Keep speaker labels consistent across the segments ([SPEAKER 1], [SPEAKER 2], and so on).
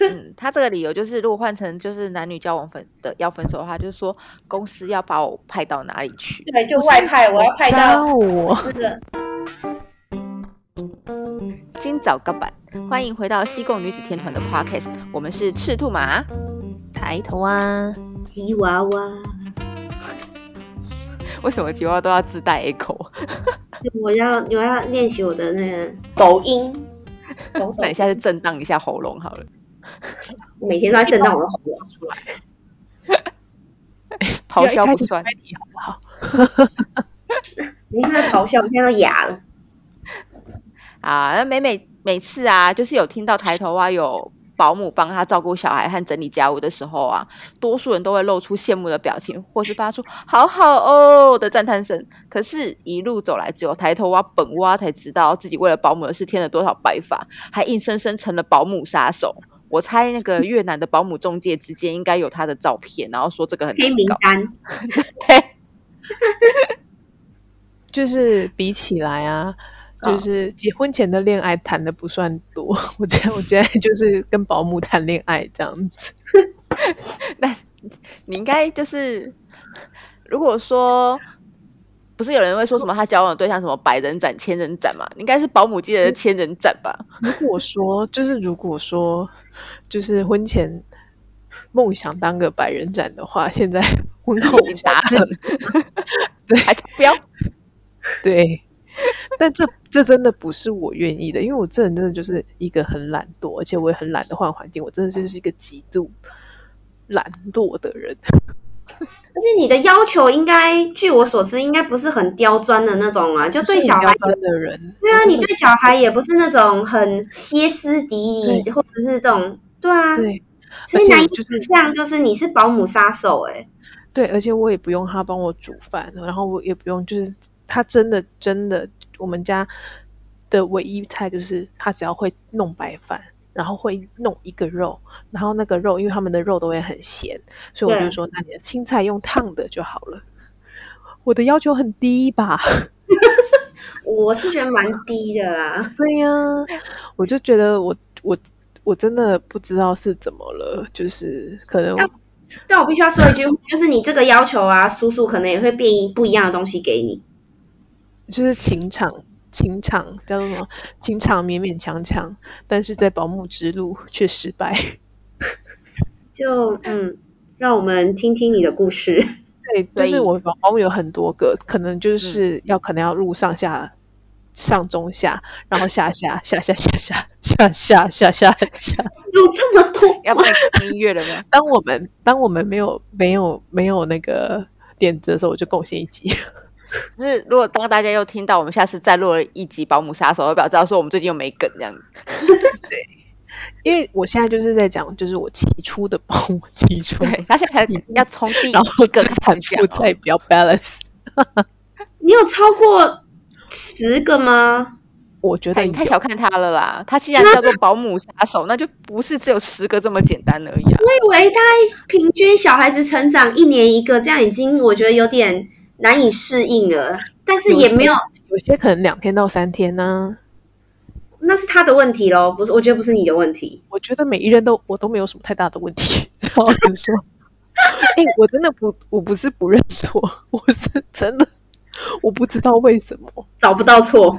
[SPEAKER 1] 嗯，他这个理由就是，如果换成就是男女交往分的要分手的话，就是说公司要把我派到哪里去？
[SPEAKER 2] 对，就外派，我要派
[SPEAKER 3] 杀
[SPEAKER 2] 到
[SPEAKER 3] 我！
[SPEAKER 2] 那个
[SPEAKER 1] 新早钢板，欢迎回到西贡女子天团的 podcast，我们是赤兔马。
[SPEAKER 3] 抬头啊！
[SPEAKER 2] 吉娃娃，
[SPEAKER 1] 为什么吉娃娃都要自带 echo？
[SPEAKER 4] 我要我要练习我的那个，
[SPEAKER 2] 抖音，抖抖
[SPEAKER 1] 那你下次震荡一下喉咙好了，
[SPEAKER 4] 我每天都在震荡我的喉咙。
[SPEAKER 1] 咆
[SPEAKER 3] 要
[SPEAKER 1] 哮
[SPEAKER 3] 一开
[SPEAKER 1] 不
[SPEAKER 3] 始
[SPEAKER 1] 算
[SPEAKER 3] 开。题好不好？
[SPEAKER 4] 你看咆哮，我现在都哑了。
[SPEAKER 1] 啊，那每每每次啊，就是有听到抬头啊，有保姆帮他照顾小孩和整理家务的时候啊，多数人都会露出羡慕的表情，或是发出“好好哦”的赞叹声。可是，一路走来，只有抬头蛙、本蛙才知道自己为了保姆的事添了多少白发，还硬生生成了保姆杀手。我猜那个越南的保姆中介之间应该有他的照片，然后说这个很
[SPEAKER 4] 黑
[SPEAKER 1] 难
[SPEAKER 4] 名
[SPEAKER 1] 搞。
[SPEAKER 4] 单，
[SPEAKER 3] 就是比起来啊，
[SPEAKER 4] 哦
[SPEAKER 3] 就是结婚前的恋爱谈的不算多， 我觉得我觉得就是跟保姆谈恋爱这样子。
[SPEAKER 1] 你应该就是，如果说不是有人会说什么他交往的对象什么百人斩、千人斩嘛？你应该是保姆界的千人斩吧？
[SPEAKER 3] 如果说就是如果说就是婚前梦想当个百人斩的话，现在婚后
[SPEAKER 1] 已经达
[SPEAKER 3] 想
[SPEAKER 1] 成，还不要
[SPEAKER 3] 对， 但这这真的不是我愿意的，因为我这人真的就是一个很懒惰，而且我也很懒得换环境，我真的就是一个极度懒惰的人。
[SPEAKER 4] 而且你的要求应该，据我所知，应该不是很刁钻的那种啊，就对小孩
[SPEAKER 3] 刁。钻的人，
[SPEAKER 4] 对啊，
[SPEAKER 3] 我真
[SPEAKER 4] 你
[SPEAKER 3] 的
[SPEAKER 4] 对小孩也不是那种很歇斯底里，或者是这种，对啊，
[SPEAKER 3] 对
[SPEAKER 4] 所以难以
[SPEAKER 3] 而且就是
[SPEAKER 4] 想象，就是你是保姆杀手、欸，哎，
[SPEAKER 3] 对，而且我也不用他帮我煮饭，然后我也不用，就是他真的真的，我们家的唯一菜就是他只要会弄白饭，然后会弄一个肉，然后那个肉因为他们的肉都会很咸，所以我就
[SPEAKER 4] 对
[SPEAKER 3] 说，那你的青菜用烫的就好了。我的要求很低吧？
[SPEAKER 4] 我是觉得蛮低的啦。
[SPEAKER 3] 对呀、我就觉得我我我真的不知道是怎么了，就是可能
[SPEAKER 4] 但我必须要说一句话， 就是你这个要求啊，叔叔可能也会变一不一样的东西给你。
[SPEAKER 3] 就是情场，情场叫做什么？情场勉勉强强，但是在保姆之路却失 败。
[SPEAKER 4] 就嗯，让我们听听你的故事。
[SPEAKER 3] 对，
[SPEAKER 1] 所
[SPEAKER 3] 就
[SPEAKER 1] 以
[SPEAKER 3] 是我保保姆有很多个，可能
[SPEAKER 1] 嗯
[SPEAKER 3] 就是要、可能要入上下。上中下，然后下下下下下下下下下下下。
[SPEAKER 4] 有这么多，
[SPEAKER 1] 要卖音乐了吗？
[SPEAKER 3] 当我们当我们没有没有没有那个点子的时候，我就贡献一集。
[SPEAKER 1] 就是如果当大家又听到我们下次再录了一集《保姆杀手》，代表知道说我们最近又没梗这样子。
[SPEAKER 3] 因为我现在就是在讲，就是我起初的保姆起初，
[SPEAKER 1] 对，他现在才要从第
[SPEAKER 3] 然后
[SPEAKER 1] 一个
[SPEAKER 3] 跟
[SPEAKER 1] 开
[SPEAKER 3] 产
[SPEAKER 1] 始讲
[SPEAKER 3] 妇
[SPEAKER 1] 哦、
[SPEAKER 3] 再比较 balance。
[SPEAKER 4] 你有超过十个吗？
[SPEAKER 3] 我觉得
[SPEAKER 1] 哎太你太
[SPEAKER 3] 有
[SPEAKER 1] 小看他了啦！他既然叫做保姆杀手，那就不是只有十个这么简单而已啊！
[SPEAKER 4] 我以为大概平均小孩子成长一年一个，这样已经我觉得有点难以适应了。但是也没有，
[SPEAKER 3] 有些可能两天到三天呢、
[SPEAKER 4] 那是他的问题咯，不是？我觉得不是你的问题。
[SPEAKER 3] 我觉得每一任都我都没有什么太大的问题， 老实说。哎、我真的不，我不是不认错，我是真的，我不知道为什么。
[SPEAKER 4] 找不到错，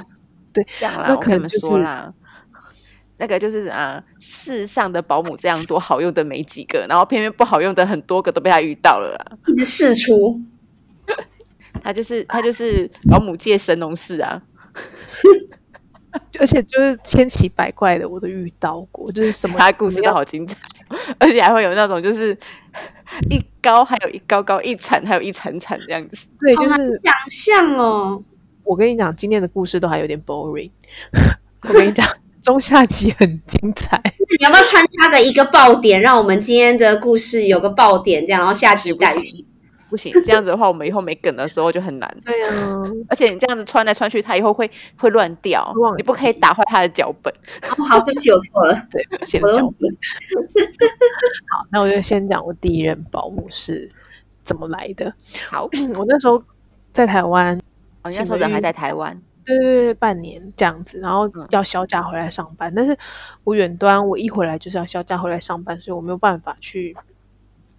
[SPEAKER 1] 这样啦，
[SPEAKER 3] 那
[SPEAKER 1] 我跟
[SPEAKER 3] 可
[SPEAKER 1] 你
[SPEAKER 3] 能
[SPEAKER 1] 们
[SPEAKER 3] 就是
[SPEAKER 1] 说啦，那个就是啊，世上的保姆这样多好用的没几个，然后偏偏不好用的很多个都被他遇到了啦。
[SPEAKER 4] 一直试出，
[SPEAKER 1] 他就是他就是保姆界神农氏啊，
[SPEAKER 3] 而且就是千奇百怪的，我都遇到过，就是什么
[SPEAKER 1] 他的故事都好精彩，而且还会有那种就是 一高还有一高高，一惨还有一惨惨这样子。
[SPEAKER 3] 对，
[SPEAKER 4] 好
[SPEAKER 3] 就
[SPEAKER 4] 难
[SPEAKER 3] 是
[SPEAKER 4] 想象哦。
[SPEAKER 3] 我跟你讲，今天的故事都还有点 boring。我跟你讲，中下集很精彩。
[SPEAKER 4] 你要不要穿插个一个爆点，让我们今天的故事有个爆点，这样然后下集
[SPEAKER 1] 不行
[SPEAKER 4] 再续？
[SPEAKER 1] 不 行，这样子的话，我们以后没梗的时候就很难。
[SPEAKER 3] 对啊，
[SPEAKER 1] 而且你这样子穿来穿去，他以后会会乱掉
[SPEAKER 3] 忘，
[SPEAKER 1] 你不可以打坏他的脚本。
[SPEAKER 4] 哦，好，对不起，我错了，
[SPEAKER 3] 对，我先
[SPEAKER 4] 我的
[SPEAKER 3] 讲
[SPEAKER 4] 问。题。
[SPEAKER 3] 那我就先讲我第一任保姆是怎么来的。
[SPEAKER 1] 好，
[SPEAKER 3] 我那时候在台湾，
[SPEAKER 1] 哦，你那时候人还在台湾，
[SPEAKER 3] 对对对，半年这样子，然后
[SPEAKER 1] 嗯
[SPEAKER 3] 要休假回来上班。但是我远端，我一回来就是要休假回来上班，所以我没有办法去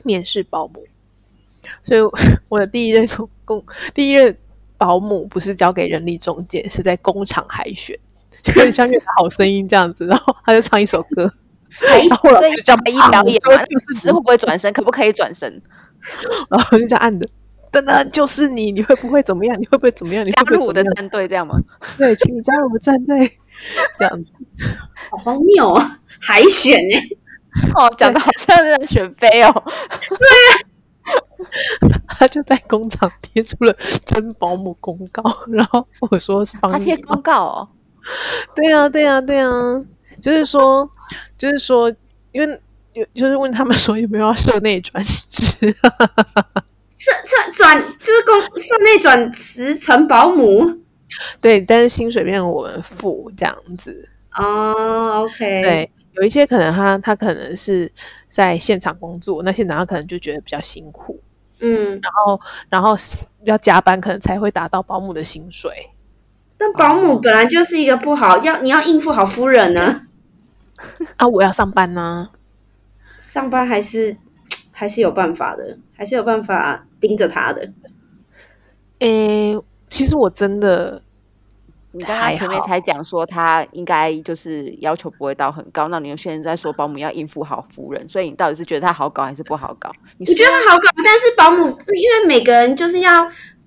[SPEAKER 3] 面试保姆。所以我 我的第一任工工第一任保姆不是交给人力中介，是在工厂海选，就很像《越南好声音》这样子，然后他就唱一首歌，
[SPEAKER 4] 哎
[SPEAKER 3] 然后我老
[SPEAKER 1] 所以
[SPEAKER 3] 师就叫
[SPEAKER 1] 一表演
[SPEAKER 3] 说
[SPEAKER 1] 嘛，
[SPEAKER 3] 就是
[SPEAKER 1] 那是会不会转身？可不可以转身？
[SPEAKER 3] 然后就这样按着，等等，就是你，你会不会怎么样？你会不会怎么样？你
[SPEAKER 1] 加
[SPEAKER 3] 会不会
[SPEAKER 1] 入我的
[SPEAKER 3] 怎么样
[SPEAKER 1] 战队这样吗？
[SPEAKER 3] 对，请你加入我的战队， 这样子。
[SPEAKER 4] 好荒谬啊！海选哎、
[SPEAKER 1] 哦，讲的好像是在选 妃哦。
[SPEAKER 3] 他就在工厂贴出了真保姆公告，然后我说是帮
[SPEAKER 1] 他
[SPEAKER 3] 你
[SPEAKER 1] 贴
[SPEAKER 3] 吗
[SPEAKER 1] 公告哦，
[SPEAKER 3] 对啊，对啊，对啊，就是说，就是说，因为有就是问他们说有没有要社内转职、 啊，
[SPEAKER 4] 转转就是公社内转职成保姆
[SPEAKER 3] 对，但是薪水变成我们付这样子，
[SPEAKER 4] 哦，OK，，
[SPEAKER 1] 哎
[SPEAKER 3] 对，有一些可能他他可能是在现场工作，那现场他可能就觉得比较辛苦，
[SPEAKER 4] 嗯，
[SPEAKER 3] 然后然后要加班，可能才会达到保姆的薪水。
[SPEAKER 4] 但保姆本来就是一个不好，要你要应付好夫人呢、
[SPEAKER 3] 啊，我要上班呢、
[SPEAKER 4] 上班还是还是有办法的，还是有办法盯着他的。
[SPEAKER 3] 诶，其实我真的
[SPEAKER 1] 嗯你刚刚前面
[SPEAKER 3] 还好
[SPEAKER 1] 才讲说他应该就是要求不会到很高，那你又现在说保姆要应付好夫人，所以你到底是觉得他好搞还是不好搞？你
[SPEAKER 4] 我觉得他好搞，但是保姆因为每个人就是要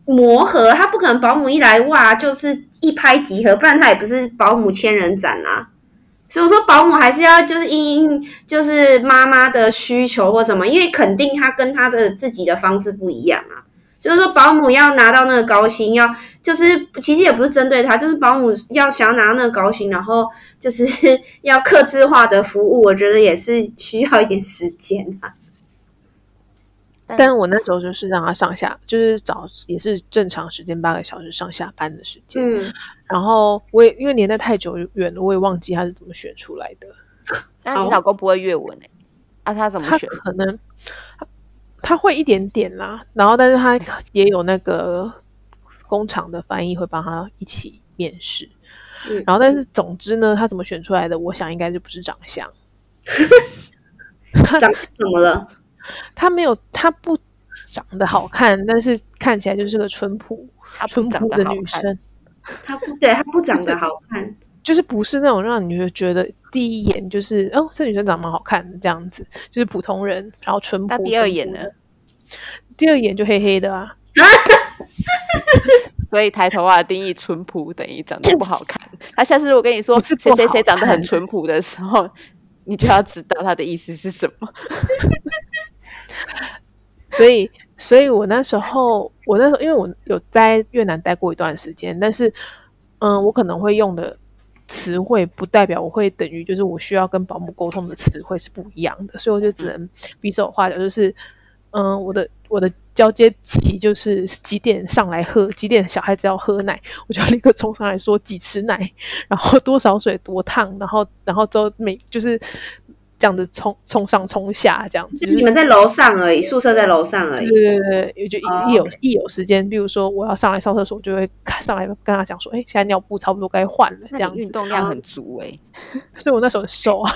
[SPEAKER 4] 磨合，他不可能保姆一来哇就是一拍即合，不然他也不是保姆千人斩啊。所以我说保姆还是要就是因应就是妈妈的需求或什么，因为肯定他跟他的自己的方式不一样啊。就是说保姆要拿到那个高薪，要就是其实也不是针对他，就是保姆要想要拿到那个高薪，然后就是 要克制化的服务，我觉得也是需要一点时间啊。
[SPEAKER 3] 但我那时候就是让他上下，就是早也是正常时间八个小时上下班的时间。
[SPEAKER 4] 嗯。
[SPEAKER 3] 然后我也因为年代太久远了，我也忘记他是怎么选出来的。
[SPEAKER 1] 那你
[SPEAKER 4] 好
[SPEAKER 1] 老公不会越文哎、啊，他怎么
[SPEAKER 3] 他
[SPEAKER 1] 选？
[SPEAKER 3] 可能他他会一点点啦，然后但是他也有那个工厂的翻译会帮他一起面试。
[SPEAKER 4] 嗯
[SPEAKER 3] 然后但是总之呢，他怎么选出来的，我想应该就不是长相。
[SPEAKER 4] 长怎么了？
[SPEAKER 3] 他没有，他不长得好看，但是看起来就是个淳朴、
[SPEAKER 1] 他不
[SPEAKER 3] 淳
[SPEAKER 1] 长
[SPEAKER 3] 朴
[SPEAKER 1] 得
[SPEAKER 3] 的
[SPEAKER 1] 好
[SPEAKER 3] 女
[SPEAKER 1] 看，
[SPEAKER 3] 生，
[SPEAKER 4] 他不对，他不长得好看，
[SPEAKER 3] 就是不是那种让你觉得第一眼就是哦，这女生长得蛮好看的这样子，就是普通人，然后淳朴。
[SPEAKER 1] 那第二
[SPEAKER 3] 淳朴
[SPEAKER 1] 眼呢？
[SPEAKER 3] 第二眼就黑黑的啊，
[SPEAKER 1] 所以抬头啊，定义淳朴等于长得不好 看。他下次如果跟你说
[SPEAKER 3] 不是
[SPEAKER 1] 谁
[SPEAKER 3] 不
[SPEAKER 1] 谁谁
[SPEAKER 3] 好
[SPEAKER 1] 长得很
[SPEAKER 3] 看
[SPEAKER 1] 淳朴的时候，你就要知道他的意思是什么。
[SPEAKER 3] 所以，所以我那时候，我那时候因为我有在越南待过一段时间，但是，嗯，我可能会用的词汇不代表我会等于就是我需要跟保姆沟通的词汇是不一样的，所以我就只能比手画脚，就是，嗯，我的我的交接期就是几点上来喝，几点小孩子要喝奶，我就要立刻冲上来说几匙奶，然后多少水多烫，然后然后之后每就是这样子冲冲上冲下这样子，
[SPEAKER 4] 就
[SPEAKER 3] 就是是
[SPEAKER 4] 你们在楼上而已，宿舍在楼上而已。
[SPEAKER 3] 对对对，就一、
[SPEAKER 4] 哦
[SPEAKER 3] 一有一有时间，比如说我要上来上厕所，我就会看上来跟他讲说，哎，现在尿布差不多该换了，这
[SPEAKER 1] 那
[SPEAKER 3] 样
[SPEAKER 1] 你运
[SPEAKER 3] 子。
[SPEAKER 1] 动量很足
[SPEAKER 3] 欸
[SPEAKER 1] 哎、
[SPEAKER 3] 所以我那时候很瘦 啊，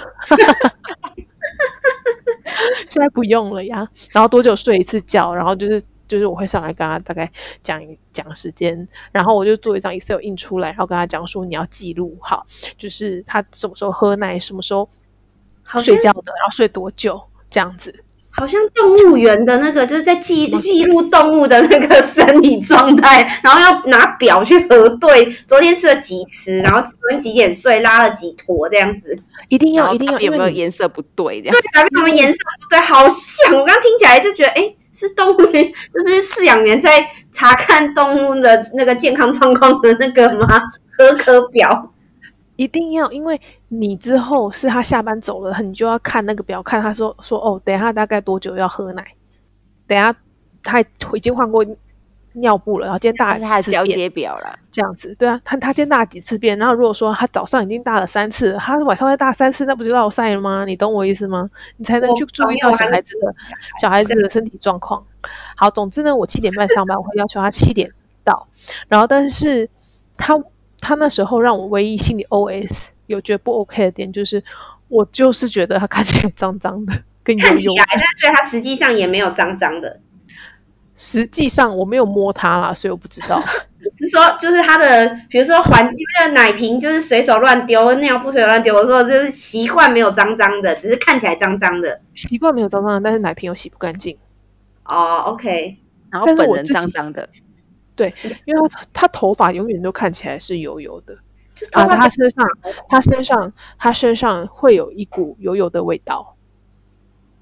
[SPEAKER 3] 现在不用了呀。然后多久睡一次觉？然后就是就是我会上来跟他大概讲讲时间，然后我就做一张 Excel 印出来，然后跟他讲说你要记录好，就是他什么时候喝奶，什么时候
[SPEAKER 4] 好像
[SPEAKER 3] 睡觉的，然后睡多久这样子。
[SPEAKER 4] 好像动物园的那个，就是在记记录动物的那个生理状态，然后要拿表去核对，昨天吃了几匙，然后昨天几点睡，拉了几坨这样子。
[SPEAKER 3] 一定
[SPEAKER 1] 然
[SPEAKER 3] 要
[SPEAKER 1] 后
[SPEAKER 3] 一定
[SPEAKER 1] 到
[SPEAKER 3] 要，
[SPEAKER 1] 底有
[SPEAKER 3] 因为
[SPEAKER 1] 没有
[SPEAKER 3] 你
[SPEAKER 1] 颜色不对这样？
[SPEAKER 4] 对，咱们他们颜色对，好像我刚听起来就觉得，哎，是动物园，就是饲养员在查看动物的那个健康状况的那个吗？ 合格表。
[SPEAKER 3] 一定要，因为你之后是他下班走了，你就要看那个表，看他说说哦，等一下大概多久要喝奶，等一下他已经换过尿布了，然后今天大
[SPEAKER 1] 但是他
[SPEAKER 3] 了
[SPEAKER 1] 的
[SPEAKER 3] 几次
[SPEAKER 1] 交
[SPEAKER 3] 便，
[SPEAKER 1] 接表啦，
[SPEAKER 3] 这样子，对啊，他他今天大了几次便，然后如果说他早上已经大了三次了，他晚上再大三次，那不就落晒了吗？你懂我意思吗？你才能
[SPEAKER 4] 我
[SPEAKER 3] 去注
[SPEAKER 4] 朋
[SPEAKER 3] 意到
[SPEAKER 4] 友
[SPEAKER 3] 小
[SPEAKER 4] 还
[SPEAKER 3] 孩子的小孩子的身体状况。好，总之呢，我七点半上班，我会要求他七点到，然后但是他他那时候让我唯一心里 OS 有觉得不 OK 的点，就是我就是觉得他看起来脏脏的，跟油
[SPEAKER 4] 看起
[SPEAKER 3] 油
[SPEAKER 4] 来，但所以它实际上也没有脏脏的，
[SPEAKER 3] 实际上我没有摸它啦，所以我不知道。
[SPEAKER 4] 是说就是它的，比如说环境的奶瓶就是随手乱丢，尿布随手乱丢，我说就是习惯没有脏脏的，只是看起来脏脏的。
[SPEAKER 3] 习惯没有脏脏的，但是奶瓶又洗不干净。
[SPEAKER 4] 哦，OK，
[SPEAKER 1] 然后
[SPEAKER 3] 但是
[SPEAKER 1] 本
[SPEAKER 3] 我
[SPEAKER 1] 人
[SPEAKER 3] 自己
[SPEAKER 1] 脏脏的，
[SPEAKER 3] 对，因为他他头发永远都看起来是油油的
[SPEAKER 4] 哦就头
[SPEAKER 3] 啊，
[SPEAKER 4] 发
[SPEAKER 3] 他身上他身上他身上会有一股油油的味道，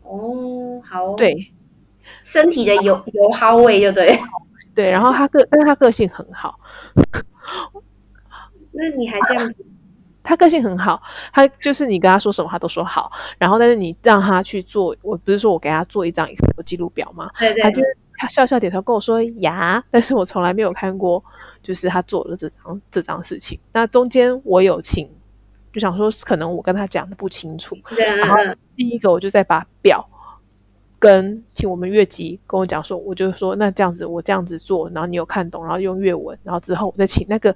[SPEAKER 4] 哦，好哦，
[SPEAKER 3] 对
[SPEAKER 4] 身体的油油耗味就对。
[SPEAKER 3] 对，然后他个但是他个性很好，
[SPEAKER 4] 那你还这样 子，
[SPEAKER 3] 他个性很好，他就是你跟他说什么他都说好，然后但是你让他去做，我不是说我给他做一张 Excel 记录表吗？
[SPEAKER 4] 对
[SPEAKER 3] 他
[SPEAKER 4] 对
[SPEAKER 3] 就，他笑笑点头跟我说呀，但是我从来没有看过，就是他做了这张这张事情。那中间我有请，就想说可能我跟他讲的不清楚，
[SPEAKER 4] 嗯
[SPEAKER 3] 然后
[SPEAKER 4] 嗯嗯，
[SPEAKER 3] 第一个我就再把表跟请我们越级跟我讲说，我就说那这样子我这样子做，然后你有看懂，然后用越文，然后之后我再请那个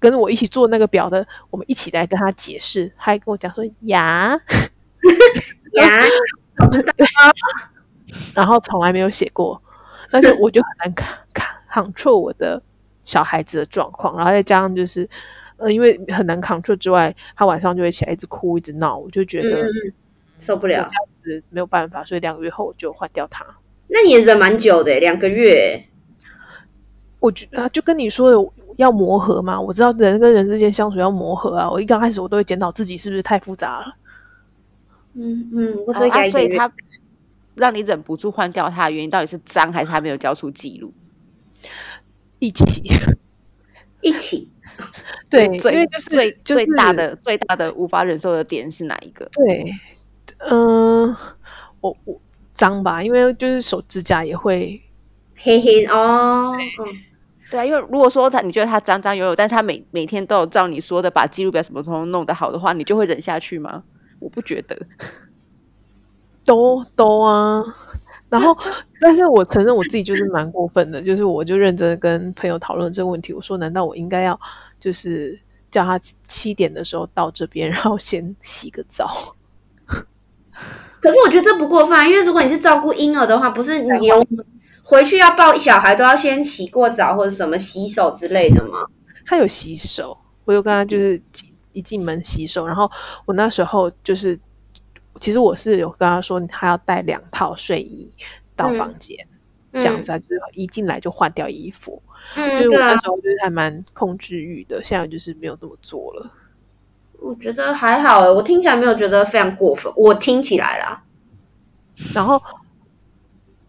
[SPEAKER 3] 跟我一起做那个表的，我们一起来跟他解释，他还跟我讲说呀，
[SPEAKER 4] 牙
[SPEAKER 3] 然后从来没有写过，但是我就很难看看 control 我的小孩子的状况，然后再加上就是，呃，因为很难 control 之外，他晚上就会起来一直哭一直闹，我就觉
[SPEAKER 4] 嗯
[SPEAKER 3] 得
[SPEAKER 4] 嗯
[SPEAKER 3] 我
[SPEAKER 4] 嗯，受不
[SPEAKER 3] 这
[SPEAKER 4] 了
[SPEAKER 3] 样。子没有办法，所以两个月后我就换掉他。
[SPEAKER 4] 那你也忍蛮久的，两个月。
[SPEAKER 3] 我觉得、啊、就跟你说的要磨合嘛，我知道人跟人之间相处要磨合啊。我一刚开始我都会检讨自己是不是太复杂了，
[SPEAKER 4] 嗯嗯，我只
[SPEAKER 1] 哦
[SPEAKER 4] 会
[SPEAKER 1] 啊
[SPEAKER 4] 改一
[SPEAKER 1] 所
[SPEAKER 4] 个
[SPEAKER 1] 以
[SPEAKER 4] 月。
[SPEAKER 1] 他让你忍不住换掉他的原因到底是脏还是他没有交出记录？
[SPEAKER 3] 一起
[SPEAKER 4] 一起，
[SPEAKER 3] 对，
[SPEAKER 1] 最
[SPEAKER 3] 因为就是
[SPEAKER 1] 最、
[SPEAKER 3] 就是、
[SPEAKER 1] 最大的最大的无法忍受的点是哪一个？
[SPEAKER 3] 对，嗯、我我脏吧，因为就是手指甲也会
[SPEAKER 4] 嘿嘿哦，嗯
[SPEAKER 1] 对啊，因为如果说他你觉得他脏脏油油，但他每每天都有照你说的把记录表什么通通弄得好的话，你就会忍下去吗？我不觉得。
[SPEAKER 3] 都都啊。然后，但是我承认我自己就是蛮过分的，就是我就认真地跟朋友讨论这个问题。我说，难道我应该要就是叫他七点的时候到这边，然后先洗个澡？
[SPEAKER 4] 可是我觉得这不过分啊，因为如果你是照顾婴儿的话，不是你有回去要抱小孩都要先洗过澡或者什么洗手之类的吗？
[SPEAKER 3] 他有洗手，我就跟他就是进一进门洗手，然后我那时候就是，其实我是有跟他说他要带两套睡衣到
[SPEAKER 4] 嗯
[SPEAKER 3] 房间，这样子啊，就是一进来就换掉衣服，
[SPEAKER 4] 嗯，
[SPEAKER 3] 就是
[SPEAKER 4] 嗯，
[SPEAKER 3] 我
[SPEAKER 4] 对啊
[SPEAKER 3] 那，时候就是还蛮控制欲的，现在就是没有这么做了。
[SPEAKER 4] 我觉得还好哎，我听起来没有觉得非常过分，我听起来啦，
[SPEAKER 3] 然后，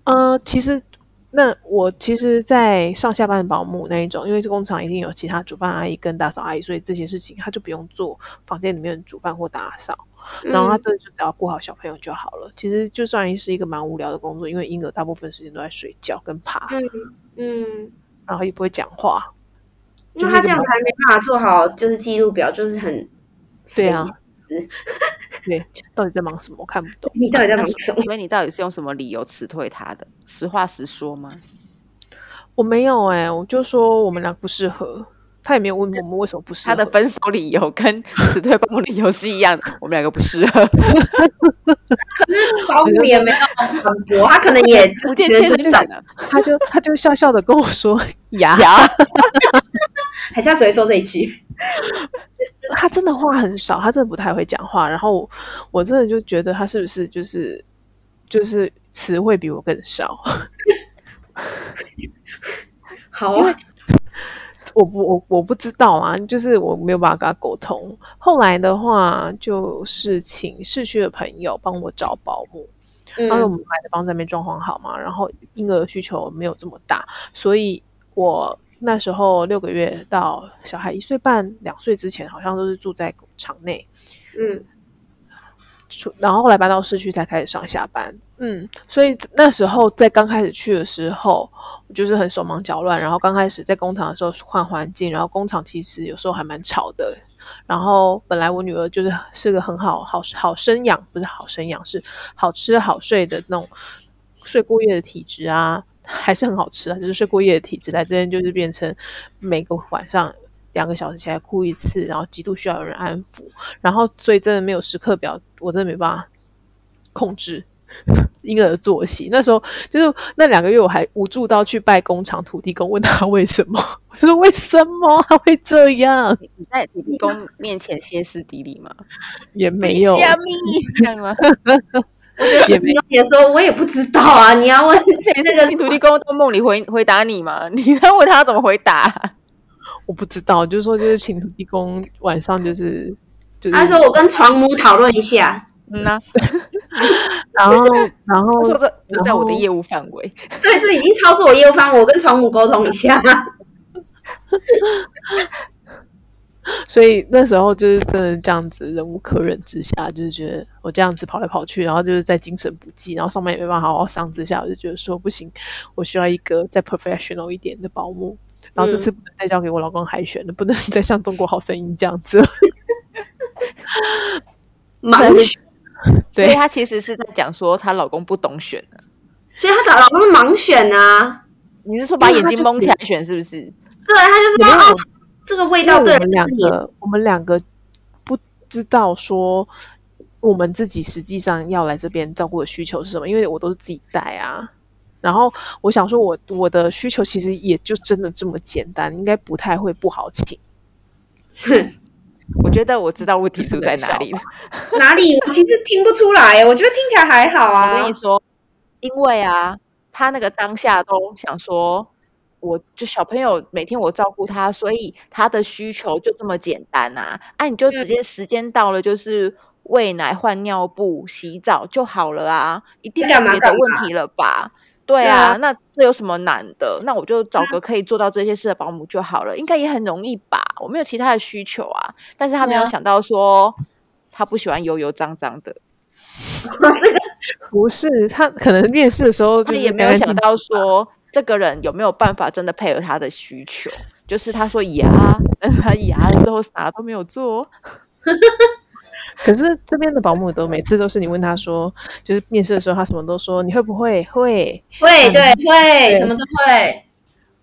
[SPEAKER 3] 呃，其实那我其实，在上下班的保姆那一种，因为这工厂一定有其他煮饭阿姨跟打扫阿姨，所以这些事情他就不用做房间里面煮饭或打扫，
[SPEAKER 4] 嗯
[SPEAKER 3] 然
[SPEAKER 1] 嗯
[SPEAKER 3] 后他真的就只要顾好小朋友就好了。其实就算是一个蛮无聊的工作，因为婴儿大部分时间都在睡觉跟爬，
[SPEAKER 4] 嗯嗯，
[SPEAKER 3] 然后也不会讲话。
[SPEAKER 4] 那他这样子还没办法做好就是记录表，就是很
[SPEAKER 3] 对啊
[SPEAKER 4] 是，
[SPEAKER 3] 对，到底在忙什么？我看不懂。
[SPEAKER 4] 你到底在
[SPEAKER 1] 那
[SPEAKER 4] 忙
[SPEAKER 1] 所
[SPEAKER 4] 什 么？
[SPEAKER 1] 所以你到底是用什么理由辞退他的？实话实说吗？
[SPEAKER 3] 我没有哎、我就说我们俩不适合，他也没有问我们为什么不适
[SPEAKER 1] 他
[SPEAKER 3] 合。
[SPEAKER 1] 的分手理由跟辞退保姆理由是一样的，我们两个不适 合，
[SPEAKER 4] 保姆也没有反驳，他可能 也
[SPEAKER 1] 福建千人斩了。
[SPEAKER 3] 他就啊他就笑笑的跟我说呀，
[SPEAKER 1] 呀，
[SPEAKER 4] 还是他只会说这一句。
[SPEAKER 3] 他真的话很少，他真的不太会讲话。然后我我真的就觉得他是不是就是就是词汇比我更少。
[SPEAKER 4] 好啊，
[SPEAKER 3] 我不我我不知道啊，就是我没有办法跟他沟通。后来的话，就是请市区的朋友帮我找保姆，
[SPEAKER 4] 嗯
[SPEAKER 3] 当时我们买的房子还没装潢好嘛，然后婴儿需求没有这么大，所以我那时候六个月到小孩一岁半、两岁之前，好像都是住在场内，
[SPEAKER 4] 嗯，
[SPEAKER 3] 出然后后来搬到市区才开始上下班。嗯，所以那时候在刚开始去的时候，我就是很手忙脚乱。然后刚开始在工厂的时候换环境，然后工厂其实有时候还蛮吵的。然后本来我女儿就是是个很好好好生养，不是好生养，是好吃好睡的那种睡过夜的体质啊，还是很好吃啊，就是睡过夜的体质来这边就是变成每个晚上两个小时起来哭一次，然后极度需要有人安抚，然后所以真的没有时刻表，我真的没办法控制 婴儿的作息。那时候就是那两个月，我还无助到去拜工厂土地公，问他为什么，我就说为什么他会这样，
[SPEAKER 1] 你你在土地公面前歇斯底里吗？
[SPEAKER 3] 也没有，
[SPEAKER 1] 虾 米这样吗？
[SPEAKER 3] 也没
[SPEAKER 4] 你也说，我也不知道啊，你要问
[SPEAKER 1] 这个土地公到梦里回回答你吗？你在问他怎么回答？啊
[SPEAKER 3] 我不知道，就是说就是请土地公晚上就是就是，
[SPEAKER 4] 他说我跟床母讨论一下，
[SPEAKER 1] 嗯
[SPEAKER 3] 啊
[SPEAKER 1] 呐、
[SPEAKER 3] 然后然后
[SPEAKER 1] 我说这不在我的
[SPEAKER 3] 然后
[SPEAKER 1] 业务范围。
[SPEAKER 4] 对，这已经超出我业务范围，我跟床母沟通一下。
[SPEAKER 3] 所以那时候就是真的这样子，忍无可忍之下，就是觉得我这样子跑来跑去，然后就是在精神不济，然后上班也没办法好好上之下，我就觉得说不行，我需要一个再 professional 一点的保姆。然后这次不能再交给我老公海选了，不能再像中国好声音这样子了。
[SPEAKER 4] 盲选，
[SPEAKER 1] 所以
[SPEAKER 3] 对
[SPEAKER 1] 她其实是在讲说她老公不懂选啊
[SPEAKER 4] 所以她老公是盲选啊，
[SPEAKER 1] 你是说把
[SPEAKER 3] 因为
[SPEAKER 1] 眼
[SPEAKER 3] 她
[SPEAKER 1] 睛
[SPEAKER 3] 就
[SPEAKER 1] 蒙起
[SPEAKER 3] 只
[SPEAKER 1] 来选是不是？
[SPEAKER 4] 对，她就是
[SPEAKER 3] 没
[SPEAKER 4] 说
[SPEAKER 3] 有
[SPEAKER 4] 哦，这个味
[SPEAKER 3] 因为
[SPEAKER 4] 道
[SPEAKER 3] 我
[SPEAKER 4] 对了，
[SPEAKER 3] 们两个，我们两个不知道说我们自己实际上要来这边照顾的需求是什么，因为我都是自己带啊。然后我想说我，我的需求其实也就真的这么简单，应该不太会不好 请。
[SPEAKER 1] 我觉得我知道问题出在哪里了。
[SPEAKER 4] 哪里？我其实听不出来，我觉得听起来还好
[SPEAKER 1] 我
[SPEAKER 4] 啊
[SPEAKER 1] 跟你。说，因为啊，他那个当下都想说，我就小朋友每天我照顾他，所以他的需求就这么简单啊！啊，你就直接时间到了，就是喂奶、换尿布、洗澡就好了啊，一定没有
[SPEAKER 4] 干嘛
[SPEAKER 1] 别的
[SPEAKER 4] 干
[SPEAKER 1] 问
[SPEAKER 4] 嘛
[SPEAKER 1] 题了吧？对
[SPEAKER 4] 对
[SPEAKER 1] 啊，
[SPEAKER 4] 啊
[SPEAKER 1] 那这有什么难的？那我就找个可以做到这些事的保姆就好了，应该也很容易吧？我没有其他的需求啊，但是他没有
[SPEAKER 4] 对啊
[SPEAKER 1] 想到说，他不喜欢油油脏脏的，
[SPEAKER 3] 不是他可能面试的时候
[SPEAKER 1] 他
[SPEAKER 3] 就是
[SPEAKER 1] 也没有
[SPEAKER 3] 干
[SPEAKER 1] 想
[SPEAKER 3] 干净
[SPEAKER 1] 到说这个人有没有办法真的配合他的需求。就是他说牙， 但是他牙之后啥都没有做。哦
[SPEAKER 3] 可是这边的保姆都每次都是你问他说，就是面试的时候他什么都说你会不会会，
[SPEAKER 4] 会，对，会，
[SPEAKER 3] 对
[SPEAKER 4] 什么都会，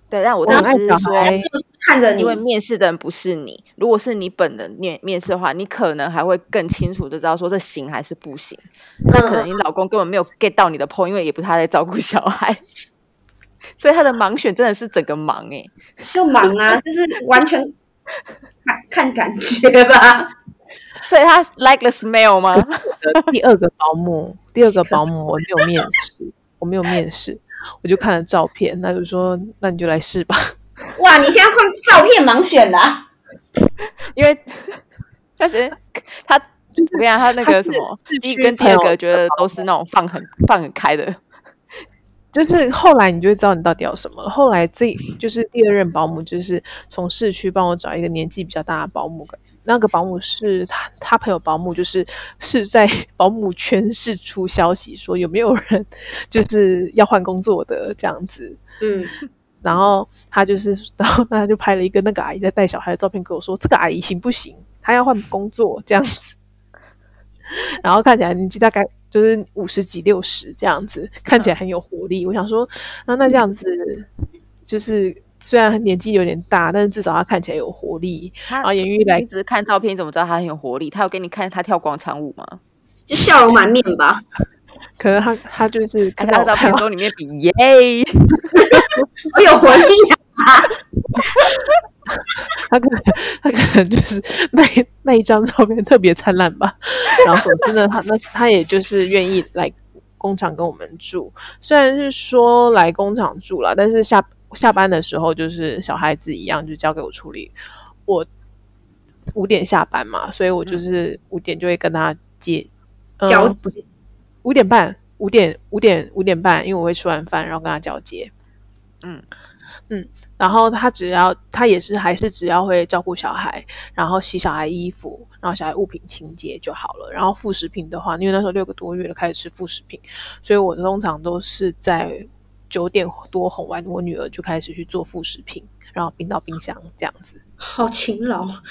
[SPEAKER 1] 对，但我
[SPEAKER 3] 我很
[SPEAKER 1] 当时
[SPEAKER 3] 爱
[SPEAKER 1] 是
[SPEAKER 3] 小
[SPEAKER 1] 说，
[SPEAKER 3] 孩嗯
[SPEAKER 4] 就是看着你
[SPEAKER 1] 因。为面试的人不是你，如果是你本人面面试的话，你可能还会更清楚的知道说这行还是不行。
[SPEAKER 3] 嗯
[SPEAKER 1] 那可能你老公根本没有 get 到你的 point，因为也不是他在照顾小孩， 所以他的盲选真的是整个盲哎、
[SPEAKER 4] 就忙 啊，就是完全 看看感觉吧。
[SPEAKER 1] 所以他 like the smell 吗？
[SPEAKER 3] 呃第二个保姆，第二个保姆我没有面试，我没有面试，我就看了照片，那就说那你就来试吧。
[SPEAKER 4] 哇，你现在换照片盲选啦、
[SPEAKER 1] 因为 他觉得他，我跟你讲，他那
[SPEAKER 3] 他
[SPEAKER 1] 个
[SPEAKER 3] 是
[SPEAKER 1] 什么
[SPEAKER 3] 市
[SPEAKER 1] 第一
[SPEAKER 3] 区
[SPEAKER 1] 跟第
[SPEAKER 3] 朋
[SPEAKER 1] 二
[SPEAKER 3] 友
[SPEAKER 1] 个，
[SPEAKER 3] 的
[SPEAKER 1] 觉得都是那种放很放很开的。
[SPEAKER 3] 就是后来你就会知道你到底要什么了。后来这就是第二任保姆，就是从市区帮我找一个年纪比较大的保姆，那个保姆是他他朋友保姆，就是是在 保姆圈释出消息说有没有人 就是要换工作的这样子。
[SPEAKER 4] 嗯，
[SPEAKER 3] 然后他就是， 然后他就拍了一个那个阿姨在带小孩的照片给我说，这个阿姨行不行？她要换工作这样子。 然后看起来年纪大概就是五十几、六十这样子，看起来很有活力。我想说，那那这样子，就是虽然年纪有点大，但是至少她看起来有活力。
[SPEAKER 1] 然
[SPEAKER 3] 然后严玉哦来
[SPEAKER 1] 你只是看照片，你怎么知道他很有活力？他有给你看他跳广场舞吗？
[SPEAKER 4] 就笑容满面吧。
[SPEAKER 3] 可能她她就是
[SPEAKER 1] 看
[SPEAKER 3] 看
[SPEAKER 1] 他
[SPEAKER 3] 到
[SPEAKER 1] 的照片
[SPEAKER 3] 我
[SPEAKER 1] 之后，里面比耶，
[SPEAKER 4] 我有活力啊！
[SPEAKER 3] 他可能他可能就是那一那一张照片特别灿烂吧。然后总之呢，他那他也就是愿意来工厂跟我们住，虽然是说来工厂住了，但是下下班的时候就是小孩子一样，就交给我处理。我五点下班嘛，所以我就是五点就会跟他接，
[SPEAKER 4] 交
[SPEAKER 3] 嗯，不是五点半，五点五点五点半，因为我会吃完饭然后跟他交接。
[SPEAKER 1] 嗯
[SPEAKER 3] 嗯，然后他只要他也是还是只要会照顾小孩，然后洗小孩衣服，然后小孩物品清洁就好了。然后副食品的话，因为那时候六个多月了开始吃副食品，所以我通常都是在九点多哄完我女儿就开始去做副食品，然后冰到冰箱这样子。
[SPEAKER 4] 好勤劳，啊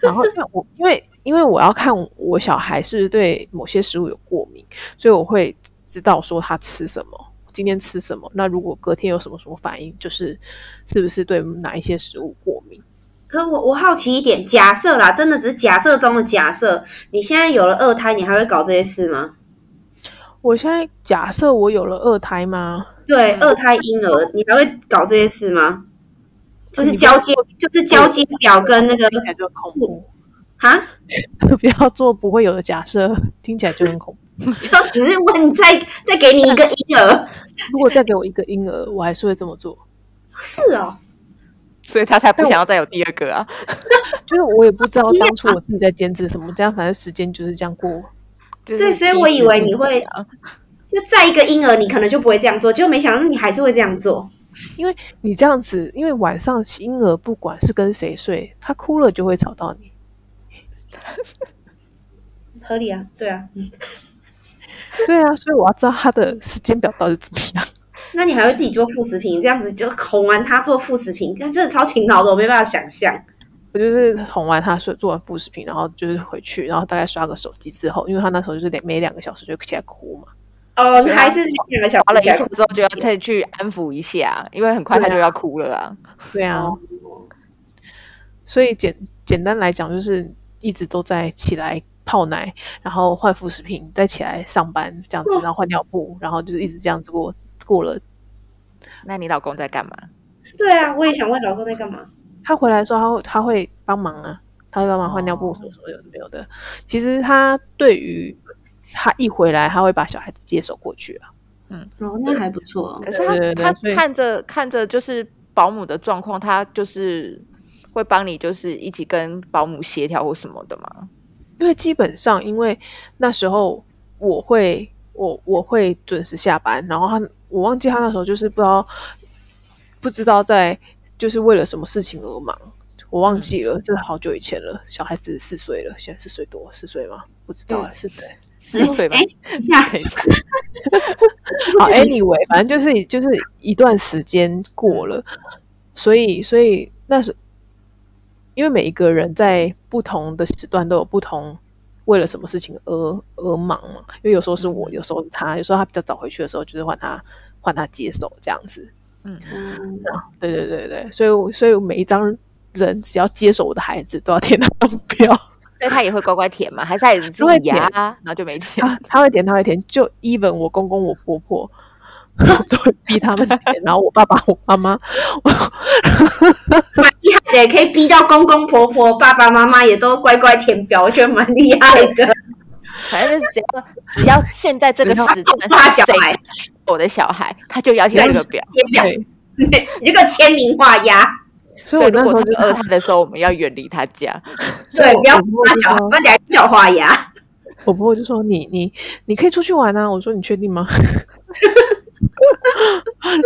[SPEAKER 3] 然后因为我因为因为我要看我小孩是不是对某些食物有过敏，所以我会知道说他吃什么，今天吃什么。那如果隔天有什么什么反应，就是是不是对哪一些食物过敏。
[SPEAKER 4] 可我我好奇一点，假设啦，真的只是假设中的假设，你现在有了二胎，你还会搞这些事吗？
[SPEAKER 3] 我现在假设我有了二胎吗？
[SPEAKER 4] 对，
[SPEAKER 1] 嗯
[SPEAKER 4] 二胎婴儿，你还会搞这些事吗？就是
[SPEAKER 3] 你不
[SPEAKER 4] 交
[SPEAKER 3] 要
[SPEAKER 4] 接，就是交接表跟那个
[SPEAKER 3] 听起来就很恐怖，
[SPEAKER 4] 啊，
[SPEAKER 3] 不要做不会有的假设，听起来就很恐怖。
[SPEAKER 4] 就只是问再再给你一个婴儿，
[SPEAKER 3] 如果再给我一个婴儿，我还是会这么做。
[SPEAKER 4] 是哦，
[SPEAKER 1] 所以他才不想要再有第二个啊。
[SPEAKER 3] 就是我也不知道当初我自己在坚持什么，这样反正时间就是这样过。
[SPEAKER 1] 就
[SPEAKER 4] 对
[SPEAKER 1] 是
[SPEAKER 4] 所以
[SPEAKER 1] 逼
[SPEAKER 4] 我
[SPEAKER 1] 死
[SPEAKER 4] 以为
[SPEAKER 1] 自
[SPEAKER 4] 你
[SPEAKER 1] 己
[SPEAKER 4] 会
[SPEAKER 1] 啊
[SPEAKER 4] 就再一个婴儿，你可能就不会这样做，就没想到你还是会这样做。
[SPEAKER 3] 因为你这样子，因为晚上婴儿不管是跟谁睡，他哭了就会吵到你。
[SPEAKER 4] 合理啊，对啊，
[SPEAKER 3] 对啊，所以我要知道他的时间表到底怎么样。
[SPEAKER 4] 那你还会自己做副食品，这样子就哄完他做副食品，但真的超勤劳的，我没办法想象。
[SPEAKER 3] 我就是哄完他睡，做完副食品，然后就是回去，然后大概刷个手机之后，因为他那时候就是两每两个小时就起来哭嘛。
[SPEAKER 4] 哦，
[SPEAKER 1] 所
[SPEAKER 4] 你
[SPEAKER 1] 以
[SPEAKER 4] 还是两个小
[SPEAKER 1] 滑
[SPEAKER 4] 时
[SPEAKER 1] 了一
[SPEAKER 4] 起来
[SPEAKER 1] 下之后，就要再去安抚一下，因为很快他就要哭了啊。
[SPEAKER 3] 对啊，
[SPEAKER 4] 哦
[SPEAKER 3] 所以简简单来讲，就是一直都在起来泡奶，然后换副食品，再起来上班这样子，
[SPEAKER 4] 哇
[SPEAKER 3] 然后换尿布，然后就是一直这样子过过了。
[SPEAKER 1] 那你老公在干嘛？
[SPEAKER 4] 对啊，我也想问老公在干嘛。
[SPEAKER 3] 他回来的时候，他会他会帮忙啊，他会帮忙换尿布
[SPEAKER 1] 哦
[SPEAKER 3] 什么什么有的没有的。其实他对于他一回来，他会把小孩子接手过去啊。
[SPEAKER 2] 哦，那还不错
[SPEAKER 1] 可是他
[SPEAKER 3] 对对对
[SPEAKER 1] 他
[SPEAKER 3] 所以
[SPEAKER 1] 看着看着就是保姆的状况，他就是会帮你，就是一起跟保姆协调或什么的嘛。
[SPEAKER 3] 因为基本上，因为那时候我会我我会准时下班，然后他我忘记他那时候就是不知道不知道在就是为了什么事情而忙，我忘记了，这好久以前了。小孩子四岁了，现在四岁多，四岁吗？不知道、啊，是对。
[SPEAKER 1] 四岁吧
[SPEAKER 4] 哎，下
[SPEAKER 1] 等一下，
[SPEAKER 3] 好，anyway，反正就是就是一段时间过了，所以所以那时，因为每一个人在不同的时段都有不同为了什么事情而而忙嘛，因为有时候是我，有时候是他，有时候他比较早回去的时候，就是换他换他接手这样子。
[SPEAKER 4] 嗯，
[SPEAKER 3] 对对对对，所以我所以我每一张人只要接手我的孩子，都要填那张表。
[SPEAKER 1] 所以他也会乖乖舔嘛，还是他也是自
[SPEAKER 3] 他会
[SPEAKER 1] 己牙
[SPEAKER 3] 舔，
[SPEAKER 1] 然后就没舔。
[SPEAKER 3] 啊，他会点，他会点，就 even 我公公、我婆婆， 我都会逼他们点，然后我爸爸、我妈妈，我
[SPEAKER 4] 蛮厉害的，可以逼到公公婆婆、爸爸妈妈也都乖乖填表，我觉得蛮厉害的。
[SPEAKER 1] 反正就是只要只要现在这个
[SPEAKER 3] 只要
[SPEAKER 1] 时 段
[SPEAKER 4] 他
[SPEAKER 1] 是
[SPEAKER 4] 小
[SPEAKER 1] 谁
[SPEAKER 4] 孩
[SPEAKER 1] 我的小孩，他就要填这个表。
[SPEAKER 4] 填表，
[SPEAKER 3] 对，
[SPEAKER 4] 你就给我签名画押。
[SPEAKER 3] 所
[SPEAKER 1] 所
[SPEAKER 3] 以
[SPEAKER 1] 以
[SPEAKER 3] 我
[SPEAKER 1] 如
[SPEAKER 3] 那
[SPEAKER 1] 果
[SPEAKER 3] 时候
[SPEAKER 1] 他
[SPEAKER 3] 就呃
[SPEAKER 1] 们饿他的时候，我们要远离他家。
[SPEAKER 4] 对，不要
[SPEAKER 3] 我婆婆
[SPEAKER 4] 画
[SPEAKER 3] 就
[SPEAKER 4] 小孩，
[SPEAKER 3] 说
[SPEAKER 4] 那两叫画押。
[SPEAKER 3] 我婆婆就说你你你可以出去玩啊，我说你确定吗？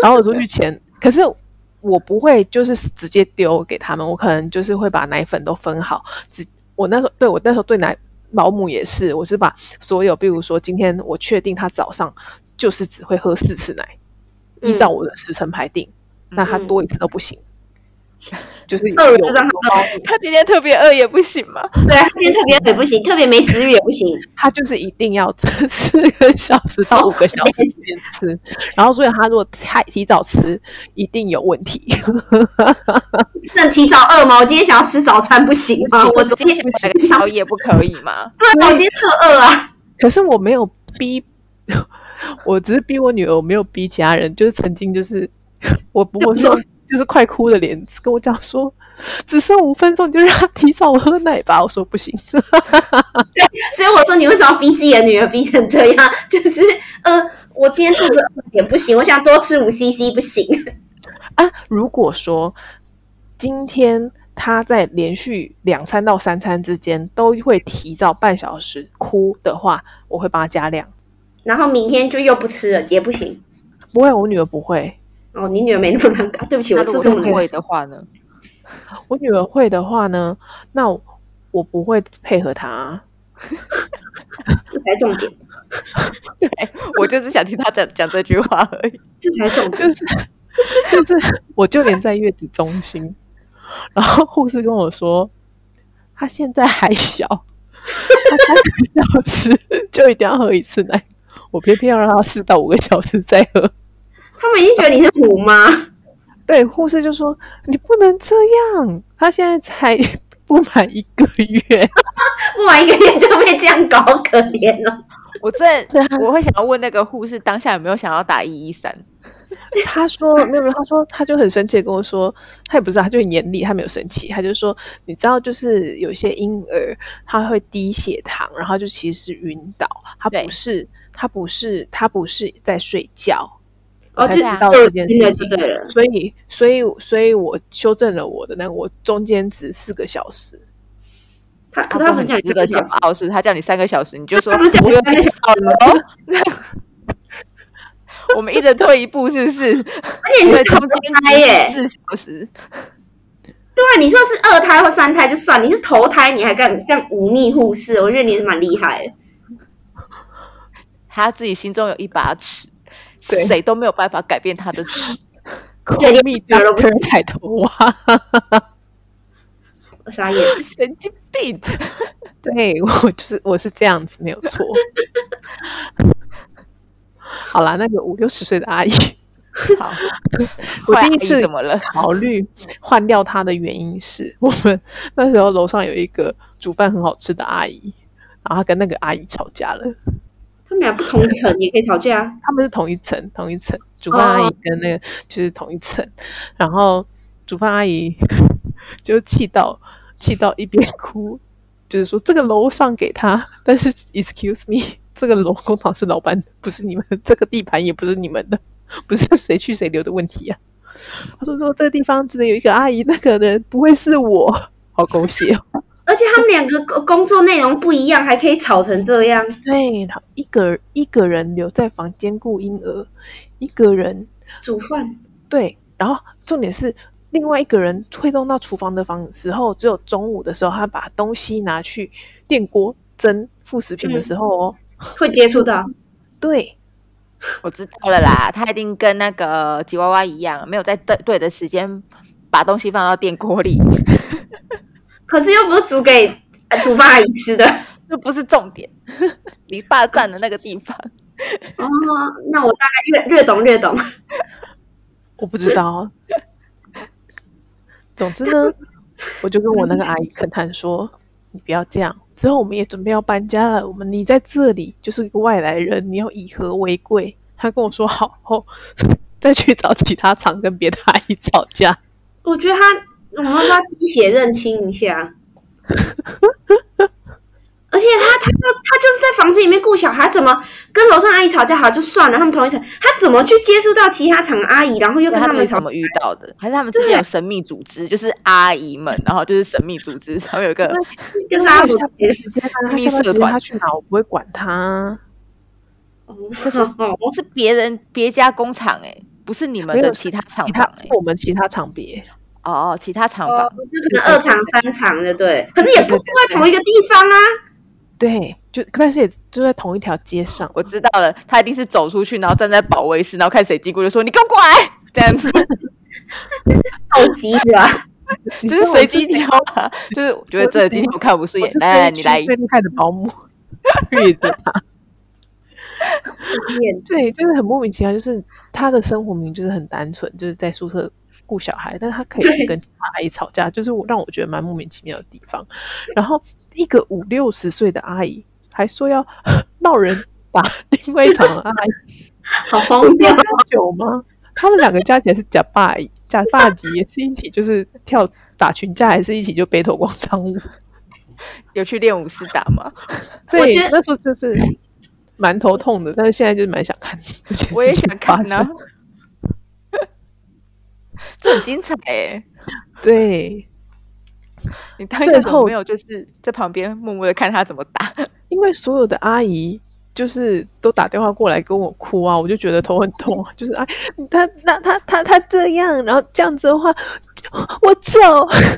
[SPEAKER 3] 然后我出去前，可是我不会就是直接丢给他们，我可能就是会把奶粉都分好。只我那时候对我那时候对奶保姆也是，我是把所有，比如说今天我确定他早上就是只会喝四次奶，依照我的时辰排定，那他
[SPEAKER 4] 嗯
[SPEAKER 3] 多一次都不行。就是有
[SPEAKER 4] 饿了
[SPEAKER 3] 有
[SPEAKER 4] 就让他
[SPEAKER 3] 有
[SPEAKER 4] 饿，
[SPEAKER 1] 他今天特别饿也不行 吗？
[SPEAKER 4] 对他今天特别也不行，特别没食欲也不行。
[SPEAKER 3] 他就是一定要 四个小时到五个小时之间吃，然后所以他如果太提早吃，一定有问题。
[SPEAKER 4] 那提早饿吗？我今天想要吃早餐不行吗？我昨
[SPEAKER 1] 今天
[SPEAKER 4] 天
[SPEAKER 1] 想买个宵夜不可以 吗？
[SPEAKER 4] 对，我今天特饿啊。
[SPEAKER 3] 可是我没有逼，我只是逼我女儿，我没有逼其他人。就是曾经就是我不过
[SPEAKER 4] 就
[SPEAKER 3] 说就是快哭的脸跟我讲说，只剩五分钟，你就让他提早喝奶吧。我说不行，
[SPEAKER 4] 所以我说你为什么要逼自己的女儿逼成这样？就是呃，我今天肚子饿也不行，我想多吃五 CC 不行。
[SPEAKER 3] 啊，如果说今天他在连续两餐到三餐之间都会提早半小时哭的话，我会帮他加量。
[SPEAKER 4] 然后明天就又不吃了，也不行。
[SPEAKER 3] 不会，我女儿不会，
[SPEAKER 4] 哦，你女儿没那么难搞，对不起，
[SPEAKER 1] 那
[SPEAKER 4] 我
[SPEAKER 1] 如
[SPEAKER 4] 是
[SPEAKER 1] 果
[SPEAKER 4] 这
[SPEAKER 1] 他
[SPEAKER 4] 么
[SPEAKER 1] 不
[SPEAKER 4] 难搞。
[SPEAKER 1] 会的话呢？
[SPEAKER 3] 我女儿会的话呢，那我我不会配合她啊。
[SPEAKER 4] 这才重点，
[SPEAKER 1] 我就是想听他讲讲这句话而已。
[SPEAKER 4] 这才重点。
[SPEAKER 3] 就是 就是，我就连在月子中心，然后护士跟我说，她现在还小，她三个小时就一定要喝一次奶，我偏偏要让她四到五个小时再喝。
[SPEAKER 4] 他们已经觉得你是虎妈，
[SPEAKER 3] 对，护士就说你不能这样，他现在才 不满一个月，
[SPEAKER 4] 不满一个月就被这样搞，可怜哦。
[SPEAKER 1] 我这
[SPEAKER 3] 对啊
[SPEAKER 1] 我会想要问那个护士当下有没有想要打一一三？
[SPEAKER 3] 他说没有没有，他说他就很生气的跟我说，他也不知道，他就很严厉，他没有生气，他就说你知道，就是有一些婴儿他会低血糖，然后就其实是晕倒，他
[SPEAKER 1] 对
[SPEAKER 3] 不是他不是他不是在睡觉，
[SPEAKER 4] 哦，
[SPEAKER 3] 我
[SPEAKER 4] 就
[SPEAKER 3] 才
[SPEAKER 1] 对
[SPEAKER 3] 知
[SPEAKER 1] 啊
[SPEAKER 3] 道
[SPEAKER 4] 恶
[SPEAKER 3] 这件
[SPEAKER 4] 心了
[SPEAKER 3] 事
[SPEAKER 4] 就
[SPEAKER 3] 情。
[SPEAKER 4] 对啊了。
[SPEAKER 3] 所以，所以，所以我修正了我的那个，我中间值四个小时，
[SPEAKER 4] 他
[SPEAKER 1] 他
[SPEAKER 4] 可他
[SPEAKER 1] 不
[SPEAKER 4] 不是叫你
[SPEAKER 1] 这
[SPEAKER 4] 这
[SPEAKER 1] 个
[SPEAKER 4] 个
[SPEAKER 1] 骄
[SPEAKER 4] 小时，
[SPEAKER 1] 傲，是他叫你三个小时，你就说
[SPEAKER 4] 他不是叫你
[SPEAKER 1] 我有
[SPEAKER 4] 三个
[SPEAKER 1] 减
[SPEAKER 4] 小
[SPEAKER 1] 少了哦。 我们一人退一步，是不 是？
[SPEAKER 4] 而且你
[SPEAKER 1] 所
[SPEAKER 4] 是
[SPEAKER 1] 以中
[SPEAKER 4] 头
[SPEAKER 1] 间
[SPEAKER 4] 胎耶，
[SPEAKER 1] 四小时，
[SPEAKER 4] 对啊，你说是二胎或三胎就算，你是头胎你还敢这样忤逆护士，我觉得你是蛮厉害的。
[SPEAKER 1] 他自己心中有一把尺，
[SPEAKER 3] 对
[SPEAKER 1] 谁都没有办法改变他的尺。
[SPEAKER 4] 对
[SPEAKER 3] 口
[SPEAKER 4] 你
[SPEAKER 3] 蜜
[SPEAKER 4] 打了
[SPEAKER 3] doctor 抬头蛙，
[SPEAKER 4] 我傻眼，
[SPEAKER 1] 神经病！
[SPEAKER 3] 对 我就是我是这样子，没有错。好啦，那个五六十岁的阿姨，
[SPEAKER 1] 好，
[SPEAKER 3] 我
[SPEAKER 1] 坏
[SPEAKER 3] 第一
[SPEAKER 1] 阿姨
[SPEAKER 3] 次
[SPEAKER 1] 怎么了？
[SPEAKER 3] 考虑换掉她的原因是我们那时候楼上有一个煮饭很好吃的阿姨，然后她跟那个阿姨吵架了。
[SPEAKER 4] 他们俩不同层也可以吵架，
[SPEAKER 3] 他们是同一层，同一层，煮饭阿姨跟那个就是同一层。然后煮饭阿姨 就气到气到一边哭，就是说这个楼上给他，但是 excuse me，这个楼工厂是老板的，不是你们的，这个地盘也不是你们的，不是谁去谁留的问题呀、啊。他说说这个地方只能有一个阿姨，那个人不会是我，好狗血哦。
[SPEAKER 4] 而且他们两个工工作内容不一样，还可以吵成这样。
[SPEAKER 3] 对，然后一个一个人留在房间顾婴儿，一个人
[SPEAKER 4] 煮饭，
[SPEAKER 3] 对，然后重点是另外一个人推动到厨房的房时候，只有中午的时候，他把东西拿去电锅蒸副食品的时候哦，
[SPEAKER 4] 会接触到，
[SPEAKER 3] 对，
[SPEAKER 1] 我知道了啦，他一定跟那个吉娃娃一样，没有在对对的时间把东西放到电锅里，
[SPEAKER 4] 可是又不是煮给呃煮饭阿姨吃的。
[SPEAKER 1] 这不是重点。 你霸占的那个地 方，
[SPEAKER 4] 哦，那我大概略略懂略懂。
[SPEAKER 3] 我不知道。哦总之呢，我就跟我那个阿姨恳谈说：“你不要这样。”之后我们也准备要搬家了，我们你在这里就是一个外来人，你要以和为贵。她跟我说好后， 再去找其他厂跟别的阿姨吵架。
[SPEAKER 4] 我觉得他，我们要不要滴血认亲一 下？而且他，他就他就是在房间里面顾小孩，怎么跟楼上阿姨吵架好就算了，他们同一层，他怎么去接触到其他厂的阿姨，然后又跟
[SPEAKER 1] 他
[SPEAKER 4] 他
[SPEAKER 1] 们
[SPEAKER 4] 们
[SPEAKER 1] 是怎
[SPEAKER 4] 吵？
[SPEAKER 1] 么遇到的？还是他们之间有神秘组织，就是阿姨们，然后就是神秘组织，然后有一个
[SPEAKER 3] 啊
[SPEAKER 4] 跟
[SPEAKER 3] 他
[SPEAKER 4] 拉
[SPEAKER 3] 有
[SPEAKER 4] 姆
[SPEAKER 3] 下 班时间啊，他
[SPEAKER 1] 密
[SPEAKER 3] 下
[SPEAKER 1] 社
[SPEAKER 3] 班时间
[SPEAKER 1] 团
[SPEAKER 3] 他去哪，我不会管他啊。
[SPEAKER 4] 哦
[SPEAKER 1] 是别人别家工厂哎、不是你们
[SPEAKER 3] 没
[SPEAKER 1] 的
[SPEAKER 3] 有
[SPEAKER 1] 其他厂
[SPEAKER 3] 其
[SPEAKER 1] 房
[SPEAKER 3] 他
[SPEAKER 1] 哎
[SPEAKER 3] 是、我们其他场别，
[SPEAKER 1] 哦哦，其他厂
[SPEAKER 4] 哦
[SPEAKER 1] 房，
[SPEAKER 4] 就可能二厂三厂的，对，可是也不住在同一个地方啊。
[SPEAKER 3] 对，就但是也就在同一条街上。
[SPEAKER 1] 我知道了，他一定是走出去，然后站在保卫室，然后看谁经过就说你给我过来，这样子。
[SPEAKER 4] 好急的啊，
[SPEAKER 3] 你
[SPEAKER 1] 这
[SPEAKER 3] 知
[SPEAKER 1] 是
[SPEAKER 3] 道我
[SPEAKER 1] 随机挑 啊，就是我觉得
[SPEAKER 3] 我是
[SPEAKER 1] 这
[SPEAKER 3] 谁
[SPEAKER 1] 今天
[SPEAKER 3] 吗
[SPEAKER 1] 我看不顺
[SPEAKER 3] 我
[SPEAKER 1] 眼
[SPEAKER 3] 是，
[SPEAKER 1] 来来，哎
[SPEAKER 3] 这一
[SPEAKER 1] 你
[SPEAKER 3] 区
[SPEAKER 1] 来，
[SPEAKER 3] 最厉害的 保姆，遇着他。对，就是很莫名其妙，就是他的生活明明就是很单纯，就是在宿舍顾小孩，但他可以去
[SPEAKER 4] 对
[SPEAKER 3] 跟其他阿姨吵架，就是我让我觉得蛮莫名其妙的地方。然后一个五六十岁的阿姨还说要 闹人打另外一场的阿姨，
[SPEAKER 4] 好荒
[SPEAKER 3] 不
[SPEAKER 4] 谬
[SPEAKER 3] 要喝！酒吗？他们两个加起来是假霸假霸级，也是一起就是跳打群架，还是一起就北头广场舞。
[SPEAKER 1] 有去练武师打吗？
[SPEAKER 3] 对
[SPEAKER 4] 觉得，
[SPEAKER 3] 那时候就是蛮头痛的，但是现在就是蛮想看这件事情
[SPEAKER 1] 我也想看
[SPEAKER 3] 发
[SPEAKER 1] 啊
[SPEAKER 3] 生，
[SPEAKER 1] 这很精彩哎、
[SPEAKER 3] 对，
[SPEAKER 1] 你当下怎
[SPEAKER 3] 最
[SPEAKER 1] 么
[SPEAKER 3] 后
[SPEAKER 1] 没有就是在旁边默默的看他怎么打？
[SPEAKER 3] 因为所有的阿姨。就是都打电话过来跟我哭啊，我就觉得头很痛啊。就是哎，他那他他他这样，然后这样子的话，我走。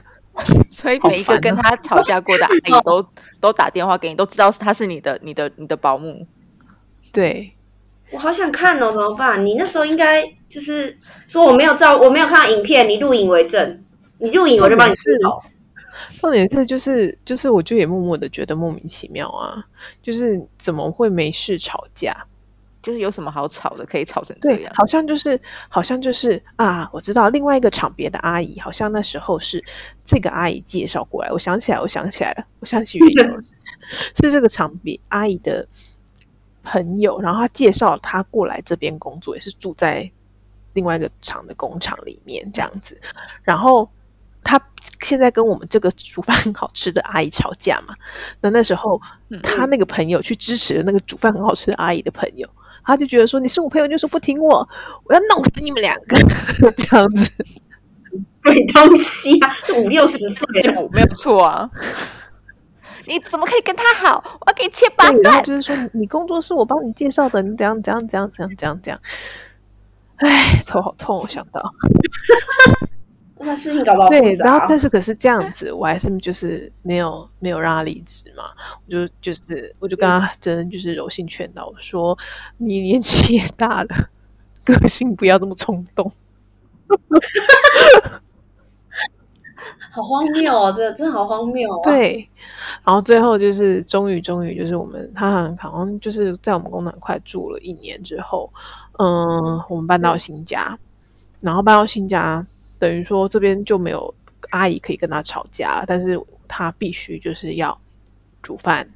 [SPEAKER 1] 所以
[SPEAKER 3] 好
[SPEAKER 1] 每一个
[SPEAKER 3] 烦
[SPEAKER 1] 跟
[SPEAKER 3] 啊
[SPEAKER 1] 他吵架过 的阿姨都都打电话给你，都知道是他是你的你的你的保姆。
[SPEAKER 3] 对，
[SPEAKER 4] 我好想看哦，怎么办？你那时候应该就是说我没有照，我没有看到影片，你录影为证，你录影我就帮你
[SPEAKER 3] 重
[SPEAKER 4] 吃
[SPEAKER 3] 点是
[SPEAKER 4] 头。
[SPEAKER 3] 重点是就是就是，我就也默默的觉得莫名其妙啊，就是怎么会没事吵架？
[SPEAKER 1] 就是有什么好吵的，可以吵成这
[SPEAKER 3] 对
[SPEAKER 1] 样，？
[SPEAKER 3] 好像就是，好像就是啊，我知道另外一个场别的阿姨，好像那时候是这个阿姨介绍过来。我想起来，我想起来了，我想起原 因了，是这个场别阿姨的朋友，然后她介绍她过来这边工作，也是住在另外一个厂的工厂里面这样子。然后她现在跟我们这个煮饭很好吃的阿姨吵架嘛，那那时候
[SPEAKER 1] 嗯
[SPEAKER 3] 她那个朋友去支持了那个煮饭很好吃的阿姨的朋友。他就觉得说你是我朋友，你就说不听我，我要弄死你们两个 这样 子。
[SPEAKER 4] 鬼东西啊，都五六十岁哦了，
[SPEAKER 1] 有没有错啊？ 你怎么可以跟他好？我要给你切八
[SPEAKER 3] 对，然后
[SPEAKER 1] 段。
[SPEAKER 3] 就是说你工作是我帮你介绍的，你怎样怎样怎样怎样怎样怎样。哎，头好哦痛，我想到。
[SPEAKER 4] 那事情搞不好
[SPEAKER 3] 对，
[SPEAKER 4] 复
[SPEAKER 3] 然后
[SPEAKER 4] 杂哦
[SPEAKER 3] 但。是可是这样子，我还是就是没有没有让他离职嘛，我就就是我就跟他真的就是柔性劝导，我说你年纪也大了，个性不要这么冲动。
[SPEAKER 4] 好荒谬哦，这真的好荒谬哦。，
[SPEAKER 3] 对，然后最后就是终于终于就是我们他好像好像就是在我们工厂快住了一年之后，嗯，我们搬到新家，然后搬到新家，等于说这边就没有阿姨可以跟他吵架了，但是他必须就是要煮饭，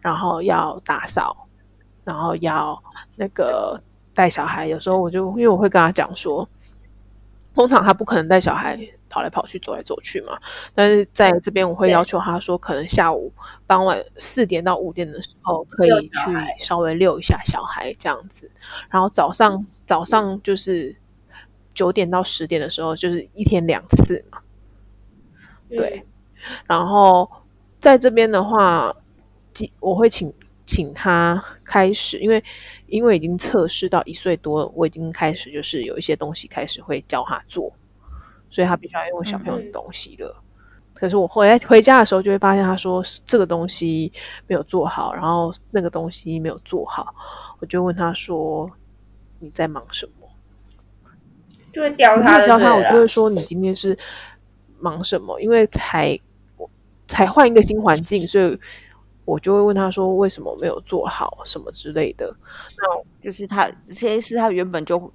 [SPEAKER 3] 然后要打扫，然后要那个带小孩。有时候我就因为我会跟他讲说，通常他不可能带小孩跑来跑去、走来走去嘛，但是在这边我会
[SPEAKER 4] 对
[SPEAKER 3] 要求他说，可能下午傍晚四点到五点的时候可以
[SPEAKER 4] 遛
[SPEAKER 3] 去稍微遛一下小孩这样子，然后早上早上就是九点到十点的时候，就是一天两次嘛。
[SPEAKER 4] 嗯
[SPEAKER 3] 对，然后在这边的话，即我会请请他开始，因为因为已经测试到一岁多了，我已经开始就是有一些东西开始会教他做，所以他必须要用小朋友的
[SPEAKER 4] 嗯
[SPEAKER 3] 东西了。可是我回来回家的时候，就会发现他说这个东西没有做好，然后那个东西没有做好，我就问他说你在忙什么？
[SPEAKER 4] 就会叼
[SPEAKER 3] 我
[SPEAKER 4] 他
[SPEAKER 3] 看
[SPEAKER 4] 就啊
[SPEAKER 3] 到
[SPEAKER 4] 对
[SPEAKER 3] 他，我
[SPEAKER 4] 了嗯
[SPEAKER 3] 就会说你今天是忙什么？因为才才换一个新环境，所以我就会问他说为什么没有做好什么之类的。
[SPEAKER 1] 就是他这些是他原本就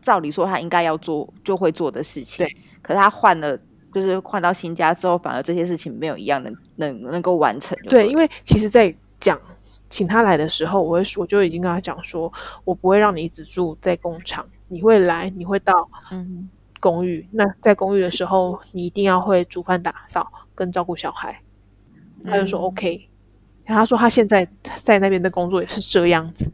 [SPEAKER 1] 照理说他应该要做就会做的事情
[SPEAKER 3] 对，
[SPEAKER 1] 可是他换了，就是换到新家之后，反而这些事情没有一样能能能够完成就
[SPEAKER 3] 对，
[SPEAKER 1] 了
[SPEAKER 4] 嗯
[SPEAKER 3] 因为其实，在讲请他来的时候，我会说我就已经跟他讲说，我不会让你一直住在工厂，你会来，你会到
[SPEAKER 1] 嗯，
[SPEAKER 3] 公寓。那在公寓的时候，你一定要会煮饭、打扫跟照顾小孩。他就说
[SPEAKER 1] 嗯
[SPEAKER 3] OK。然后他说他现在在那边的工作也是这样子，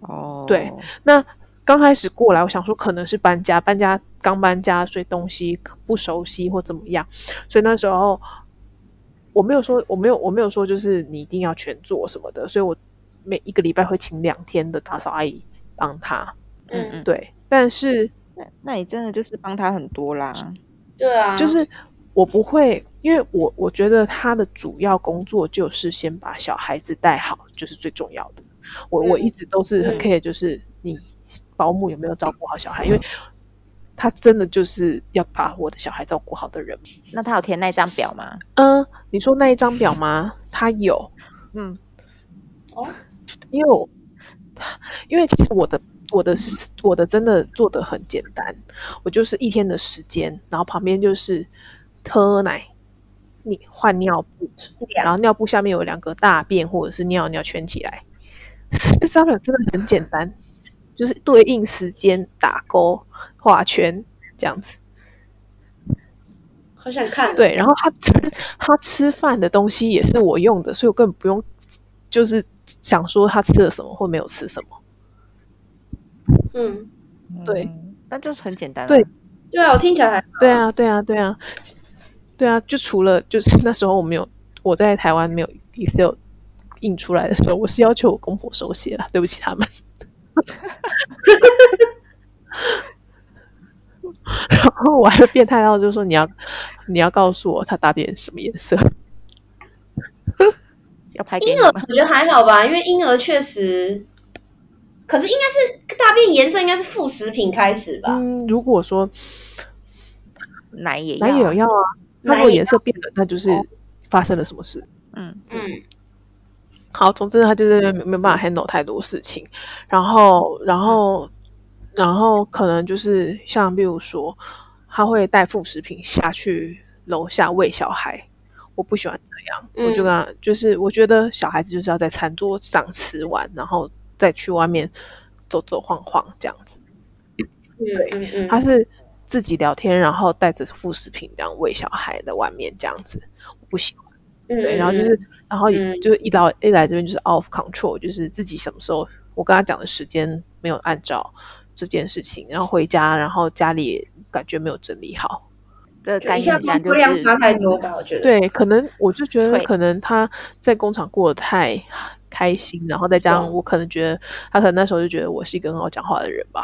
[SPEAKER 1] 哦，
[SPEAKER 3] 对那刚开始过来，我想说可能是搬家，搬家刚搬家，所以东西不熟悉或怎么样，所以那时候我没有说，我没有，我没有说就是你一定要全做什么的，所以我每一个礼拜会请两天的打扫阿姨帮他，
[SPEAKER 1] 嗯嗯，
[SPEAKER 3] 对，但是
[SPEAKER 1] 那那你真的就是帮他很多啦，
[SPEAKER 4] 对啊，
[SPEAKER 3] 就是我不会，因为我我觉得他的主要工作就是先把小孩子带好，就是最重要的。我我
[SPEAKER 4] 嗯
[SPEAKER 3] 一直都是
[SPEAKER 4] 嗯
[SPEAKER 3] 很 care，就是你保姆有没有照顾好小孩，因为
[SPEAKER 4] 嗯
[SPEAKER 3] 他真的就是要把我的小孩照顾好的人。
[SPEAKER 1] 那他有填那张表吗？
[SPEAKER 3] 嗯，你说那一张表吗？他有，
[SPEAKER 1] 嗯，
[SPEAKER 3] 因为我因为其实我的我的我的真的做的很简单，我就是一天的时间，然后旁边就是喝奶，你换尿布，然后尿布下面有两个大便或者是尿尿圈起来， 这张表真的很简单，就是对应时间打勾画圈这样子。
[SPEAKER 4] 好想看。，哦
[SPEAKER 3] 对，然后他吃他吃饭的东西也是我用的，所以我根本不用就是想说他吃了什么或没有吃什么。
[SPEAKER 4] 嗯，
[SPEAKER 3] 对
[SPEAKER 1] 嗯，那就是很简单啊，
[SPEAKER 3] 对
[SPEAKER 4] 对啊，我听起来还好
[SPEAKER 3] 对，啊，对啊，对啊，对啊，就除了就是那时候我没有我在台湾没有 Excel 印出来的时候，我是要求我公婆手写了，对不起他 们。然后我还变态到就是说你要你要告诉我他大便什么颜色，
[SPEAKER 1] 要拍给
[SPEAKER 4] 婴
[SPEAKER 1] 你
[SPEAKER 4] 儿
[SPEAKER 1] 吗？
[SPEAKER 4] 我觉得还好吧，因为婴儿确实，可是应该是大便颜色应该是副食品开始吧？
[SPEAKER 3] 嗯，如果说
[SPEAKER 1] 奶也要
[SPEAKER 3] 哪有
[SPEAKER 1] 啊，
[SPEAKER 3] 要啊，它
[SPEAKER 4] 哪
[SPEAKER 3] 如果
[SPEAKER 4] 也
[SPEAKER 3] 颜色变了，那就是发生了什么事。
[SPEAKER 1] 嗯，
[SPEAKER 4] 嗯，
[SPEAKER 3] 好，总之他就是没没办法 handle 太多事情，然后，然后，然后可能就是像比如说，他会带副食品下去楼下喂小孩，我不喜欢这样，嗯我就跟他就是我觉得小孩子就是要在餐桌上吃完，然后再去外面走走晃晃这样子。
[SPEAKER 4] 嗯嗯嗯，
[SPEAKER 3] 他是自己聊天，然后带着副食品这样喂小孩在外面这样子，我不喜欢。对，
[SPEAKER 4] 对
[SPEAKER 3] 然后就是，然后也
[SPEAKER 4] 嗯
[SPEAKER 3] 就是一到一来这边就是 out of control，就是自己什么时候我跟他讲的时间没有按照这件事情，然后回家，然后家里也感觉没有整理好。
[SPEAKER 1] 这个概
[SPEAKER 4] 一下
[SPEAKER 1] 念讲
[SPEAKER 4] 工
[SPEAKER 1] 就
[SPEAKER 4] 作量
[SPEAKER 1] 是
[SPEAKER 4] 差太多吧，我觉得。，
[SPEAKER 3] 对，可能我就觉得
[SPEAKER 1] 对
[SPEAKER 3] 可能他在工厂过得太开心，然后再加上
[SPEAKER 4] 对
[SPEAKER 3] 我可能觉得他可能那时候就觉得我是一个很好讲话的人吧，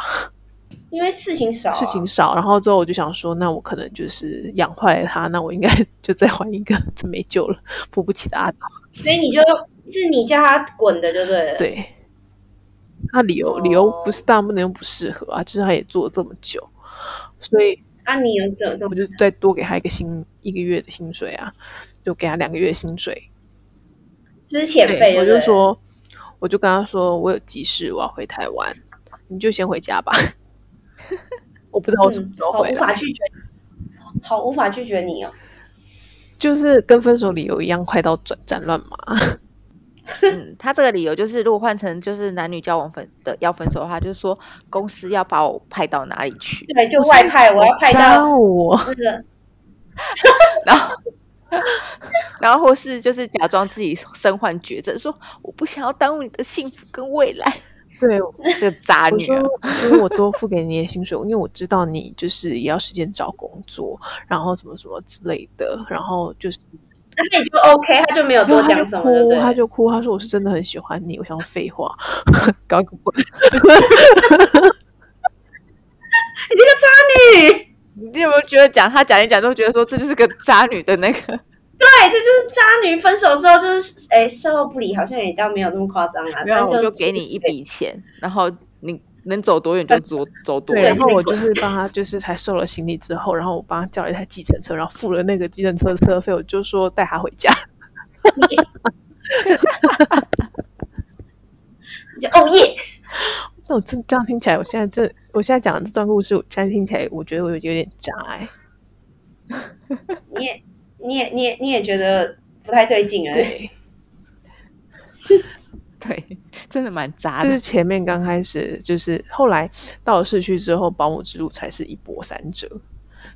[SPEAKER 4] 因为事情少啊，
[SPEAKER 3] 事情少，然后之后我就想说，那我可能就是养坏了他，那我应该 就再换一个，这没救了，扶不起的阿斗。
[SPEAKER 4] 所以你就是你叫他滚的就对了。，哦
[SPEAKER 3] 对，他理由理由不是大部分人不适合啊，就是他也做了这么久，所以
[SPEAKER 4] 啊，你有怎怎
[SPEAKER 3] 我就再多给他一个薪一个月的薪水啊，就给他两个月薪水。
[SPEAKER 4] 之前费，
[SPEAKER 3] 我就，说，我就跟他说，我有急事，我要回台湾，你就先回家吧。 我不知道我什么
[SPEAKER 4] 嗯
[SPEAKER 3] 时候
[SPEAKER 4] 好
[SPEAKER 3] 回
[SPEAKER 4] 无
[SPEAKER 3] 来，
[SPEAKER 4] 法拒绝，好无法拒绝你哦。
[SPEAKER 3] 就是跟分手理由一样，快到转战乱麻。
[SPEAKER 1] 嗯，他这个理由就是，如果换成就是男女交往分的要分手的话，就是说公司要把我派到哪里 去，
[SPEAKER 4] 对，就外派，我要派
[SPEAKER 3] 杀
[SPEAKER 4] 到
[SPEAKER 3] 我！
[SPEAKER 4] 那个，
[SPEAKER 1] 然后然后或是就是假装自己身患绝症，说我不想要耽误你的幸福跟未来，
[SPEAKER 3] 对，
[SPEAKER 1] 这个渣
[SPEAKER 3] 我
[SPEAKER 1] 女
[SPEAKER 3] 说
[SPEAKER 1] 啊，，
[SPEAKER 3] 我说我多付给你的薪水，因为我知道你就是也要时间找工作，然后什么什么之类的，然后就是
[SPEAKER 4] 那他也就 OK，他就没有哦
[SPEAKER 3] 然
[SPEAKER 4] 多
[SPEAKER 3] 后他
[SPEAKER 4] 讲
[SPEAKER 3] 就
[SPEAKER 4] 什么，对不
[SPEAKER 3] 哭，
[SPEAKER 4] 对？
[SPEAKER 3] 他就哭，他说我是真的很喜欢你，我想说废话，搞个鬼，
[SPEAKER 4] 哎你这个渣女，
[SPEAKER 1] 你有没有觉得讲他讲一讲都觉得说这就是个渣女的那个？
[SPEAKER 4] 对，哎这就是渣女。分手之后就是，哎，售后不理，好像也倒没有那么夸张啦。
[SPEAKER 1] 没有，
[SPEAKER 4] 但
[SPEAKER 1] 我
[SPEAKER 4] 就
[SPEAKER 1] 就给你一，笔钱，然后你能走多远就 走走多
[SPEAKER 3] 对，
[SPEAKER 1] 远
[SPEAKER 3] 然。后我就是帮他，就是才收了行李之后，然后我帮他叫了一台计程车，然后付了那个计程车的车费，我就说带他回家，
[SPEAKER 4] 就 哦耶，
[SPEAKER 3] 那我这这样听起来，我现在这我现在讲的这段故事，我现在听起来我觉得我有点渣哎、
[SPEAKER 4] 你也你也你也你也觉得不太对劲哎。
[SPEAKER 3] 对。
[SPEAKER 1] 对，真的蛮渣
[SPEAKER 3] 就
[SPEAKER 1] 的。
[SPEAKER 3] 是前面刚开始，就是后来到了市区之后，保姆之路才是一波三折。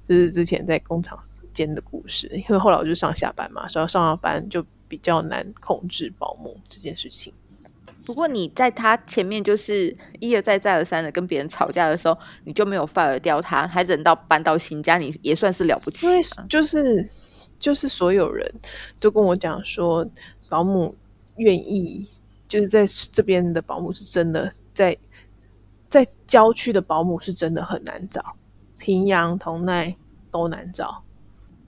[SPEAKER 3] 这是之前在工厂间的故事，因为后来我就上下班嘛，所以上下班就比较难控制保姆这件事情。
[SPEAKER 1] 不过你在他前面就是一而再再而三的跟别人吵架的时候，你就没有 fire 掉他，还忍到搬到新家，你也算是啊了不起
[SPEAKER 3] 因为
[SPEAKER 1] 了。
[SPEAKER 3] 就是就是所有人都跟我讲说，保姆愿意就是在这边的保姆是真的在在郊区的保姆是真的很难找，平阳、同奈都难找。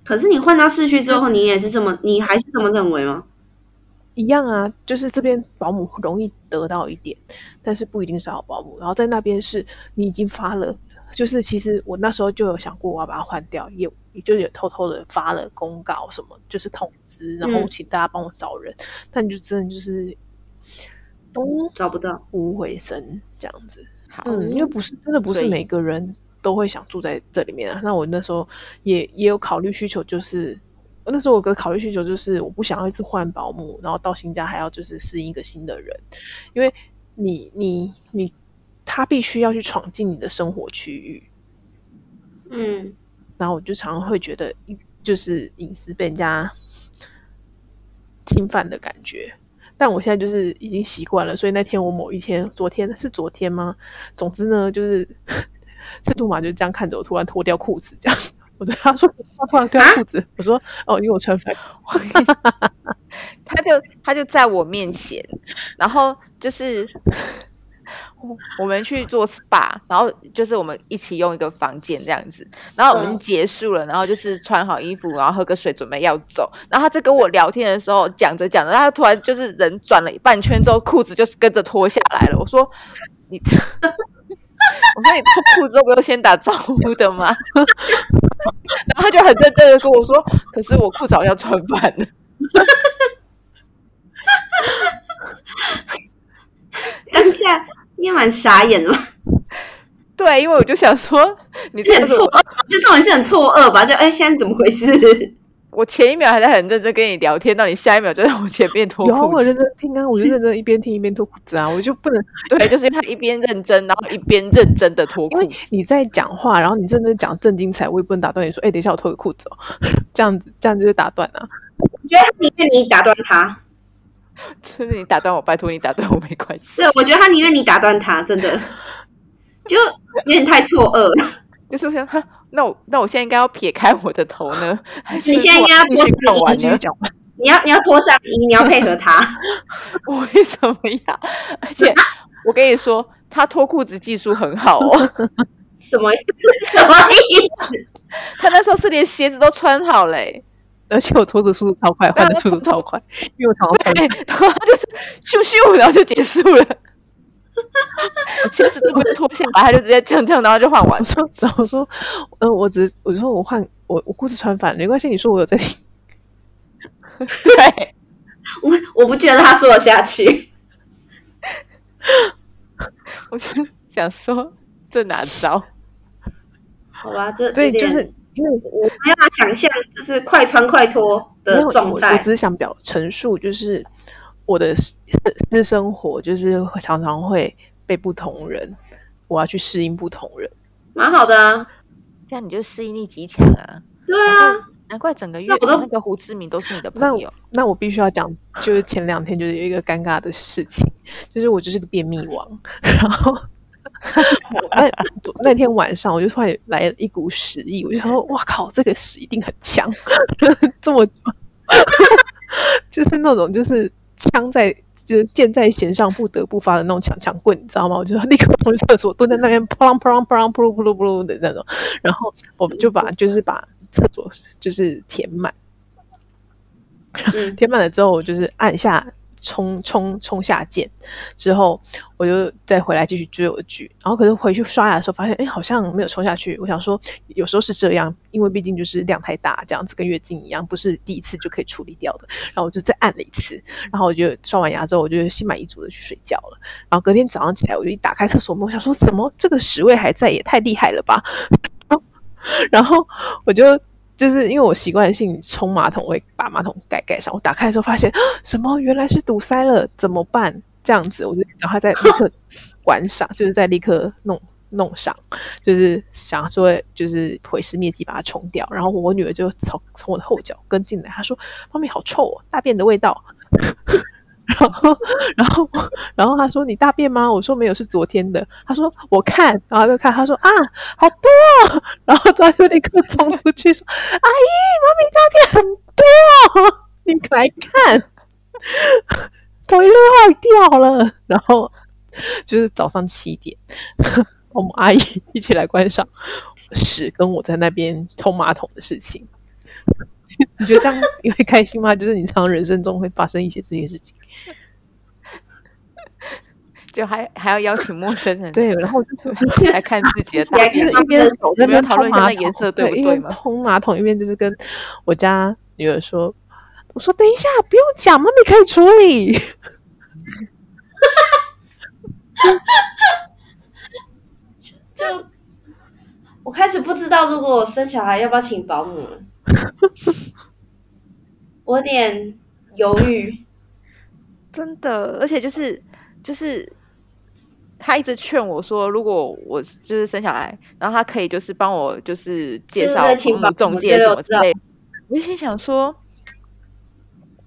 [SPEAKER 4] 可是你换到市区之后，你也是这么，你还是这么认为吗？
[SPEAKER 3] 一样啊，就是这边保姆容易得到一点，但是不一定是好保姆。然后在那边是你已经发了，就是其实我那时候就有想过我要把它换掉，也也就有偷偷的发了公告什么，就是通知，然后
[SPEAKER 4] 嗯
[SPEAKER 3] 请大家帮我找人，但你就真的就是东
[SPEAKER 4] 找不到，
[SPEAKER 3] 无回声这样子。
[SPEAKER 1] 好，
[SPEAKER 3] 嗯，因为不是真的不是
[SPEAKER 1] 所以
[SPEAKER 3] 每个人都会想住在这里面啊。那我那时候也也有考虑需求，就是那时候我的考虑需求就是我不想要一直换保姆，然后到新家还要就是适应一个新的人，因为你你你他必须要去闯进你的生活区域，
[SPEAKER 4] 嗯，
[SPEAKER 3] 然后我就常常会觉得一就是隐私被人家侵犯的感觉。但我现在就是已经习惯了，所以那天我某一天，昨天是昨天吗？总之呢，就是 赤兔马就这样看着我，突然脱掉裤子，这样。我对他说：“他突然脱掉裤子。我说：“哦，因为我穿反。
[SPEAKER 1] 他就他就在我面前，然后就是我我们去做 SPA，然后就是我们一起用一个房间这样子，然后我们已经
[SPEAKER 4] 嗯
[SPEAKER 1] 结束了，然后就是穿好衣服，然后喝个水，准备要走。然后他在跟我聊天的时候，讲着讲着，他突然就是人转了一半圈之后，裤子就是跟着脱下来了。我说你。我说你脱裤子都不用先打招呼的吗？ 然后他就很认真的跟我说：“可是我裤子好像穿反了。”
[SPEAKER 4] 下，你也蛮傻眼 的嘛，
[SPEAKER 1] 对，因为我就想说， 你
[SPEAKER 4] 就
[SPEAKER 1] 这
[SPEAKER 4] 很
[SPEAKER 1] 个
[SPEAKER 4] 错愕，就这种人是很错愕吧？就哎，现在怎么 回事？
[SPEAKER 1] 我前一秒还在很认真跟你聊天，到你下一秒就在我前面脱
[SPEAKER 3] 有啊，
[SPEAKER 1] 裤
[SPEAKER 3] 我认
[SPEAKER 1] 子。
[SPEAKER 3] 真听啊，我就认真一边听一边脱裤子啊，我就不能
[SPEAKER 1] 对，就是因为他一边认真，然后一边认真的脱
[SPEAKER 3] 因
[SPEAKER 1] 裤
[SPEAKER 3] 为
[SPEAKER 1] 子。
[SPEAKER 3] 你在讲话，然后你认真讲正经才，我也不能打断你说，哎、等一下我脱个裤子哦，这样子这样就是打断啊。
[SPEAKER 4] 我觉得他宁愿你打断他，
[SPEAKER 1] 就是你打断我，拜托你打断我没关系
[SPEAKER 4] 对。，我觉得他宁愿你打断他，真的 就有点太错愕了。
[SPEAKER 1] 就是我想，哈，那我那我现在应该要撇开我的头 呢，还是
[SPEAKER 4] 你现在应该要
[SPEAKER 1] 继续
[SPEAKER 4] 脱
[SPEAKER 1] 看完
[SPEAKER 3] 继续
[SPEAKER 1] 呢？
[SPEAKER 3] 讲吧，
[SPEAKER 4] 你要你要脱上衣，你要配合他，
[SPEAKER 1] 我为什么呀？ 而且我跟你说，他脱裤子技术很好哦，
[SPEAKER 4] 什么什么意思？
[SPEAKER 1] 他那时候是连鞋子都穿好嘞、
[SPEAKER 3] 而且我脱的速度超快，换的速度超快， 因为我常常穿
[SPEAKER 1] 对，哎然后就是咻咻，然后就结束了。鞋子都不脱下来，他就直接这样这样，然后就换完
[SPEAKER 3] 我。说，然后我说，嗯，我只我就说我换我我裤子穿反了，没关系。你说我有在听，
[SPEAKER 1] 对，
[SPEAKER 4] 我我不觉得他说得下去，
[SPEAKER 1] 我就想说这哪招？
[SPEAKER 4] 好吧？这
[SPEAKER 3] 对，
[SPEAKER 4] 有点
[SPEAKER 3] 就是因为
[SPEAKER 4] 我没办法想象，就是快穿快脱
[SPEAKER 3] 没
[SPEAKER 4] 的
[SPEAKER 3] 有
[SPEAKER 4] 状
[SPEAKER 3] 我我
[SPEAKER 4] 态
[SPEAKER 3] 只。是想表陈述，就是我的私私生活，就是会常常会被不同人，我要去适应不同人。
[SPEAKER 4] 蛮好的啊，
[SPEAKER 1] 这样你就适应力极强啊！
[SPEAKER 4] 对啊，
[SPEAKER 1] 难怪整个月
[SPEAKER 4] 那我都
[SPEAKER 1] 那个胡志明都是你的
[SPEAKER 3] 那
[SPEAKER 1] 朋友
[SPEAKER 3] 我。那我必须要讲，就是前两天就是有一个尴尬的事情，就是我就是个便秘王，然后我那那天晚上我就突然来了一股屎意，我就想说，哇靠，这个屎一定很强， 这么 就是那种就是枪在。就是箭在弦上不得不发的那种强强棍，你知道吗？我就立刻冲去厕所，蹲在那边扑啷扑啷扑啷扑噜扑噜扑噜的那种，然后我就把就是把厕所就是填满，
[SPEAKER 4] 嗯，
[SPEAKER 3] 填满了之后，我就是按下冲冲冲下键，之后我就再回来继续追我的剧。然后可是回去刷牙的时候，发现哎好像没有冲下去。我想说有时候是这样，因为毕竟就是量太大，这样子跟月经一样，不是第一次就可以处理掉的。然后我就再按了一次，然后我就刷完牙之后，我就心满意足的去睡觉了。然后隔天早上起来，我就一打开厕所门，我想说怎么这个屎味还在，也太厉害了吧！ 然后我就就是因为我习惯性冲马桶会把马桶盖盖上，我打开的时候发现啊什么原来是堵塞了，怎么办？这样子，我就赶快再立刻关上，就是再立刻弄弄上，就是想说就是毁尸灭迹把它冲掉。然后我女儿就从从我的后脚跟进来，她说：“妈咪好臭哦，大便的味道。” 然后，然后，然后她说：“你大便吗？”我说：“没有，是昨天的。”她说：“我看。”然后就看，她说：“啊，好多、哦。”然后他就立刻冲出去说：“阿姨，妈咪大便很多，哦你来看，头一坏掉了。”然后就是早上七点， 我们阿姨一起来观赏屎跟我在那边冲马桶的事情。 你觉得这样你会开心吗？就是你常人生中会发生一些这些事情，
[SPEAKER 1] 就还还要邀请陌生人
[SPEAKER 3] 对，然后就
[SPEAKER 1] 来看自 己的大
[SPEAKER 4] 来
[SPEAKER 1] 便
[SPEAKER 4] 看他们
[SPEAKER 3] 就是一
[SPEAKER 4] 的
[SPEAKER 3] 边
[SPEAKER 4] 手
[SPEAKER 1] 在那
[SPEAKER 3] 在
[SPEAKER 1] 边
[SPEAKER 3] 边
[SPEAKER 1] 讨论一下那颜色对不
[SPEAKER 3] 对
[SPEAKER 1] 对
[SPEAKER 3] 一
[SPEAKER 1] 吗
[SPEAKER 3] 边通马桶，一边就是跟我家女儿说：“我说等一下，不用讲，妈咪可以处理。
[SPEAKER 4] 就我开始不知道，如果我生小孩要不要请保姆了，我有点犹豫。
[SPEAKER 1] 真的，而且就是就是他一直劝我说，如果我就是生小孩，然后他可以就是帮我就是介
[SPEAKER 4] 对
[SPEAKER 1] 绍
[SPEAKER 4] 对请
[SPEAKER 1] 保姆
[SPEAKER 4] 保姆
[SPEAKER 1] 中
[SPEAKER 4] 对
[SPEAKER 1] 介
[SPEAKER 4] 对
[SPEAKER 1] 什
[SPEAKER 4] 我
[SPEAKER 1] 么
[SPEAKER 4] 知
[SPEAKER 1] 之
[SPEAKER 4] 道
[SPEAKER 1] 类的。我就心想说，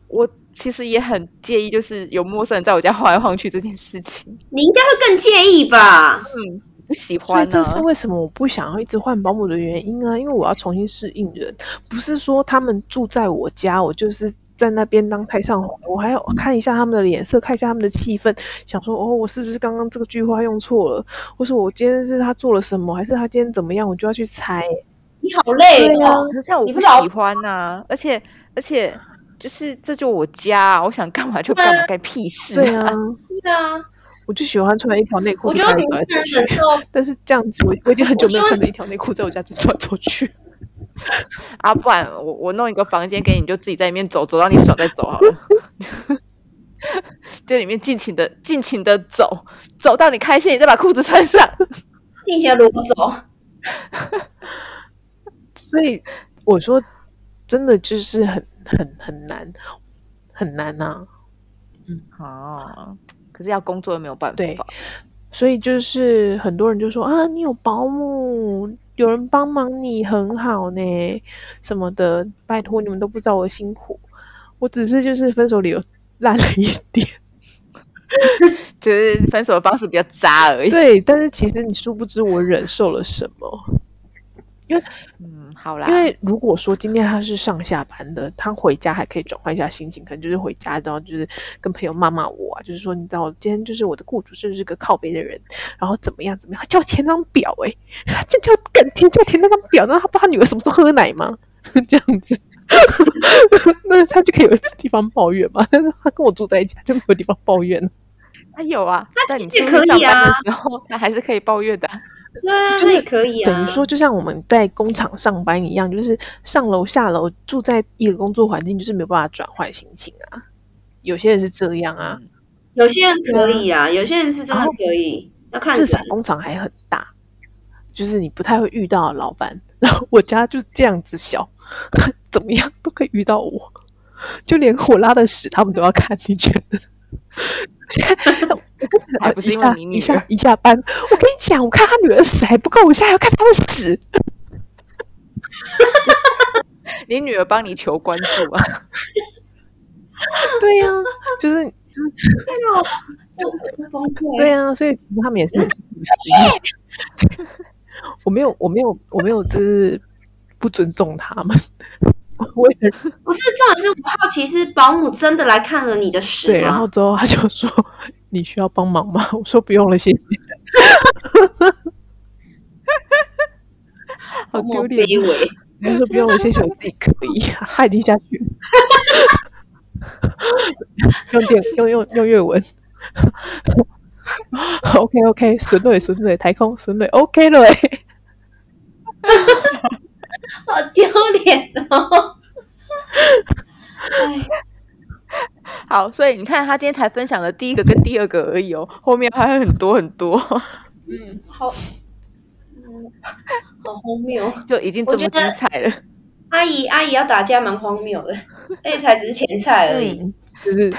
[SPEAKER 1] 我其实也很介意，就是有陌生人在我家晃来晃去这件事情，
[SPEAKER 4] 你应该会更介意吧？
[SPEAKER 1] 嗯，不喜”
[SPEAKER 3] 所以
[SPEAKER 1] 欢呢、
[SPEAKER 3] 这是为什么我不想要一直换保姆的原因啊，因为我要重新适应人，不是说他们住在我家，我就是。在那边当太上皇，我还要看一下他们的脸色，看一下他们的气氛，想说哦，我是不是刚刚这个句话用错了，或是我今天是他做了什么，还是他今天怎么样，我就要去猜。
[SPEAKER 4] 你好累
[SPEAKER 3] 对啊
[SPEAKER 4] 哦，
[SPEAKER 1] 可是这样我
[SPEAKER 4] 你
[SPEAKER 1] 不
[SPEAKER 4] 不老
[SPEAKER 1] 喜欢呐、而且而且就是这就我家、啊，我想干嘛就干嘛，干屁事、
[SPEAKER 3] 对 啊，
[SPEAKER 4] 对啊，
[SPEAKER 3] 我就喜欢穿一条内裤
[SPEAKER 4] 我
[SPEAKER 3] 就
[SPEAKER 4] 觉
[SPEAKER 3] 开
[SPEAKER 4] 得
[SPEAKER 3] 始
[SPEAKER 4] 你
[SPEAKER 3] 走
[SPEAKER 4] 不
[SPEAKER 3] 来
[SPEAKER 4] 能
[SPEAKER 3] 走
[SPEAKER 4] 忍
[SPEAKER 3] 去。
[SPEAKER 4] 受，
[SPEAKER 3] 但是这样子，我我已经很久没有
[SPEAKER 4] 我觉得
[SPEAKER 3] 穿着一条内裤在我家走来走去。
[SPEAKER 1] 啊，不然我我弄一个房间给你，你就自己在里面走，走到你爽再走好了。 就里面尽情的尽情的走，走到你开心，你再把裤子穿上。
[SPEAKER 4] 进行裸 走。
[SPEAKER 3] 所以我说，真的就是很很很难，很难啊呐、
[SPEAKER 1] 哦，可是要工作又没有办
[SPEAKER 3] 对
[SPEAKER 1] 法。
[SPEAKER 3] 所以就是很多人就说啊，你有保姆，有人帮忙你很好呢，什么的，拜托你们都不知道我辛苦，我只是就是分手理由烂了一点，
[SPEAKER 1] 就是分手的方式比较渣而已。
[SPEAKER 3] 对，但是其实你殊不知我忍受了什么，
[SPEAKER 1] 嗯，好啦
[SPEAKER 3] 因，为如果说今天他是上下班的，他回家还可以转换一下心情，可能就是回家然后就是跟朋友骂骂我啊，就是说你知道今天就是我的雇主是不是个靠背的人，然后怎么样怎么样，他叫我填张表哎、 欸，就叫敢填就填那张表，那他不知道他女儿什么时候喝奶吗？ 这样子， 那他就可以有地方抱怨嘛。 但是他跟我住在一起，他就没有地方抱怨了，
[SPEAKER 1] 他有啊，在你
[SPEAKER 4] 其实
[SPEAKER 1] 出去
[SPEAKER 4] 可
[SPEAKER 1] 上
[SPEAKER 4] 以
[SPEAKER 1] 班的
[SPEAKER 4] 啊
[SPEAKER 1] 时候，他还是可以抱怨的啊。
[SPEAKER 4] 对啊，
[SPEAKER 3] 就
[SPEAKER 4] 那
[SPEAKER 3] 是
[SPEAKER 4] 也可以啊。
[SPEAKER 3] 等于说，就像我们在工厂上班一样，就是上楼下楼住在一个工作环境，就是没有办法转换心情啊。有些人是这样啊，
[SPEAKER 1] 嗯
[SPEAKER 4] 有些人可以啊，有些人是真的可以，要看
[SPEAKER 3] 嗯至
[SPEAKER 4] 人。
[SPEAKER 3] 少工厂还很大，就是你不太会遇到老板。然后我家就是这样子小， 怎么样都可以遇到我，就连我拉的屎他们都要看，你觉得？
[SPEAKER 1] 还不是
[SPEAKER 3] 一
[SPEAKER 1] 因为
[SPEAKER 3] 下
[SPEAKER 1] 你女
[SPEAKER 3] 一下
[SPEAKER 1] 儿
[SPEAKER 3] 一下班，我跟你讲，我看他女儿屎还不够，我现在还要看他 的屎。
[SPEAKER 1] 你女儿帮你求关注 啊，
[SPEAKER 3] 对呀、就是
[SPEAKER 4] 啊崩溃
[SPEAKER 3] 对啊，所以其实他们
[SPEAKER 4] 嗯
[SPEAKER 3] 也是很积极。 我没有，我没有，我没有，就是不尊重他们。我也很
[SPEAKER 4] 不是重点是我好奇是保姆真的来看了你的屎吗
[SPEAKER 3] 对，然后之后他就说：“你需要帮忙吗？”我说：“不用了，谢谢。
[SPEAKER 1] 好
[SPEAKER 4] 多么
[SPEAKER 1] 丢脸
[SPEAKER 4] 卑 微。”
[SPEAKER 3] 他说：“不用了，谢谢，我自己可以。”他已经下去了用电用用用粤文。OK OK，损蕊损蕊，台空损蕊 OK 了、欸。
[SPEAKER 4] 好丢脸哦！ 哎，
[SPEAKER 1] 好，所以你看，他今天才分享了第一个跟第二个而已哦，后面还有很多很多，
[SPEAKER 4] 好，嗯，好荒谬。
[SPEAKER 1] 就已经这
[SPEAKER 4] 我觉
[SPEAKER 1] 么
[SPEAKER 4] 得
[SPEAKER 1] 精彩了。
[SPEAKER 4] 阿姨，阿姨要打架蛮荒谬的，而且才只是前菜而已。
[SPEAKER 3] 嗯，就是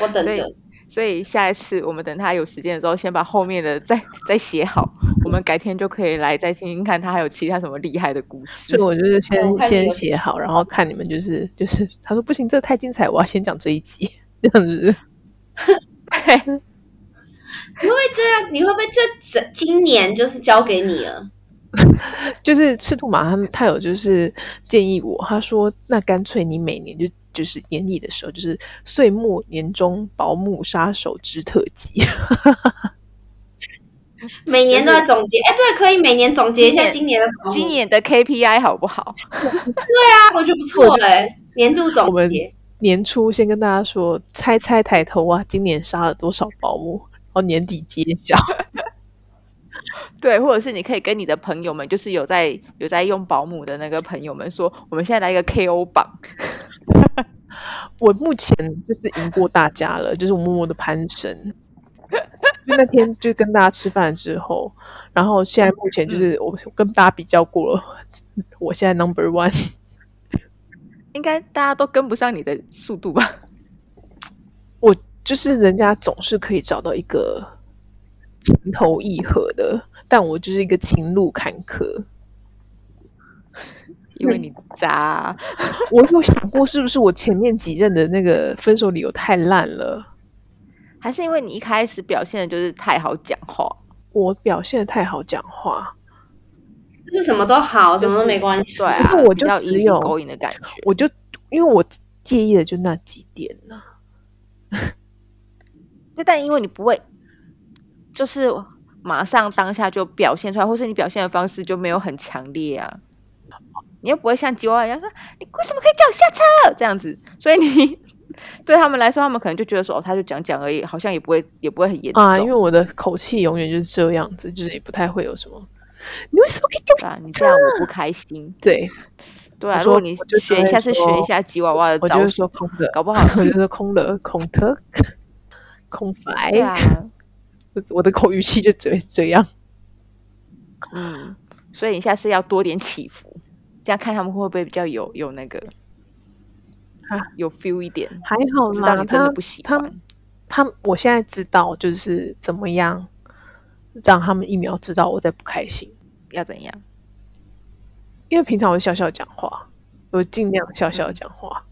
[SPEAKER 4] 我等
[SPEAKER 1] 所以
[SPEAKER 4] 着，
[SPEAKER 1] 所以下一次我们等他有时间的时候，先把后面的再再写好，我们改天就可以来再听听看他还有其他什么厉害的故
[SPEAKER 3] 所
[SPEAKER 1] 事
[SPEAKER 3] 以。我就是先、
[SPEAKER 4] 我看你
[SPEAKER 3] 先
[SPEAKER 4] 有
[SPEAKER 3] 写好，然后看你们就是就是，他说不行，这太精彩，我要先讲这一集，这样子。
[SPEAKER 4] 你会不会这样？你会不会这整今年就是交给你了？
[SPEAKER 3] 就是赤兔马他们他有就是建议我，他说那干脆你每年就就是年底的时候，就是岁末年终保姆杀手之特辑，
[SPEAKER 4] 每年都在总结，哎，对，可以每年总结一下今
[SPEAKER 1] 今
[SPEAKER 4] 年的保姆
[SPEAKER 1] 今年的 KPI 好不好？
[SPEAKER 4] 啊，我觉得不错哎，年度总
[SPEAKER 3] 我们
[SPEAKER 4] 结。
[SPEAKER 3] 年初先跟大家说猜猜抬头啊，今年杀了多少保姆，然后年底揭晓。
[SPEAKER 1] 对，或者是你可以跟你的朋友们，就是有在有在用保姆的那个朋友们说，我们现在来一个 KO 榜，
[SPEAKER 3] 我目前就是赢过大家了，就是我默默的攀升。就那天就跟大家吃饭之后，然后现在目前就是我跟大家比较过了，我现在 number one。
[SPEAKER 1] 应该大家都跟不上你的速度吧？
[SPEAKER 3] 我就是人家总是可以找到一个情投意合的，但我就是一个情路坎坷。
[SPEAKER 1] 因为你渣啊、
[SPEAKER 3] 我有想过是不是我前面几任的那个分手理由太烂了，
[SPEAKER 1] 还是因为你一开始表现的就是太好讲话，
[SPEAKER 3] 我表现的太好讲话，
[SPEAKER 4] 就是什么都好，什么都没关系。
[SPEAKER 1] 对啊，
[SPEAKER 3] 可是我就
[SPEAKER 1] 比较
[SPEAKER 3] 只
[SPEAKER 1] easy
[SPEAKER 3] 有
[SPEAKER 1] 勾引的感觉。
[SPEAKER 3] 我就因为我介意的就那几点呢、
[SPEAKER 1] 那但因为你不会，就是马上当下就表现出来，或是你表现的方式就没有很强烈啊。你又不会像吉娃娃一样说你为什么可以叫我下车这样子，所以你对他们来说，他们可能就觉得说哦，他就讲讲而已，好像也不会也不会很严重。
[SPEAKER 3] 啊，因为我的口气永远就是这样子，就是也不太会有什么。你为什么可以这
[SPEAKER 1] 对
[SPEAKER 3] 样？
[SPEAKER 1] 啊，你这样我不开心。
[SPEAKER 3] 对，
[SPEAKER 1] 对啊，
[SPEAKER 3] 我
[SPEAKER 1] 如果
[SPEAKER 3] 说
[SPEAKER 1] 你
[SPEAKER 3] 我就
[SPEAKER 1] 学
[SPEAKER 3] 会
[SPEAKER 1] 下次学一
[SPEAKER 3] 说
[SPEAKER 1] 下吉娃娃的
[SPEAKER 3] 我
[SPEAKER 1] 招
[SPEAKER 3] 就
[SPEAKER 1] 数，
[SPEAKER 3] 说空的，
[SPEAKER 1] 搞不好
[SPEAKER 3] 我就说空的，空的，空 白
[SPEAKER 1] 对。啊，
[SPEAKER 3] 我我的口语系就只会这样。
[SPEAKER 1] 嗯，所以你下次要多点起伏，这样看他们会不会比较有有那个
[SPEAKER 3] 啊
[SPEAKER 1] 有 feel 一点，
[SPEAKER 3] 还好
[SPEAKER 1] 知道
[SPEAKER 3] 啦，
[SPEAKER 1] 你真的
[SPEAKER 3] 他
[SPEAKER 1] 不喜
[SPEAKER 3] 他
[SPEAKER 1] 欢。
[SPEAKER 3] 他，我现在知道就是怎么样让他们一秒知道我在不开心，
[SPEAKER 1] 要怎样？
[SPEAKER 3] 因为平常我就笑笑讲话，我尽量笑笑讲话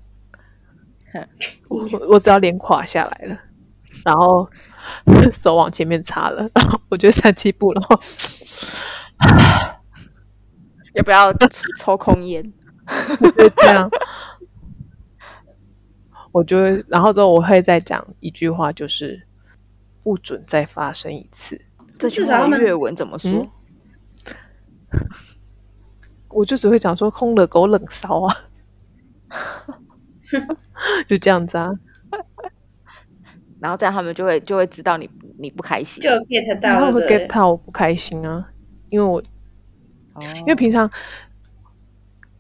[SPEAKER 4] 嗯
[SPEAKER 1] 哼。
[SPEAKER 3] 我我只要脸垮下来了，然后 手往前面插了， 然后我就三七步，然后
[SPEAKER 1] 要不要抽空烟？
[SPEAKER 3] 就这样。我就会，然后之后我会再讲一句话，就是不准再发生一次。
[SPEAKER 1] 这
[SPEAKER 4] 至
[SPEAKER 1] 句
[SPEAKER 4] 少
[SPEAKER 1] 话
[SPEAKER 4] 他
[SPEAKER 1] 的
[SPEAKER 4] 们
[SPEAKER 1] 粤文怎么说？
[SPEAKER 3] 嗯我就只会讲说空了狗冷骚 啊，就这样子啊。
[SPEAKER 1] 然后这样他们就会就会知道你不你不开心
[SPEAKER 4] 就。有 get
[SPEAKER 3] 然后
[SPEAKER 4] 到
[SPEAKER 3] 我
[SPEAKER 4] 就
[SPEAKER 3] 会
[SPEAKER 4] 对
[SPEAKER 3] get
[SPEAKER 4] 了。
[SPEAKER 3] 到我不开心啊，因为我
[SPEAKER 1] 哦
[SPEAKER 3] 因为平常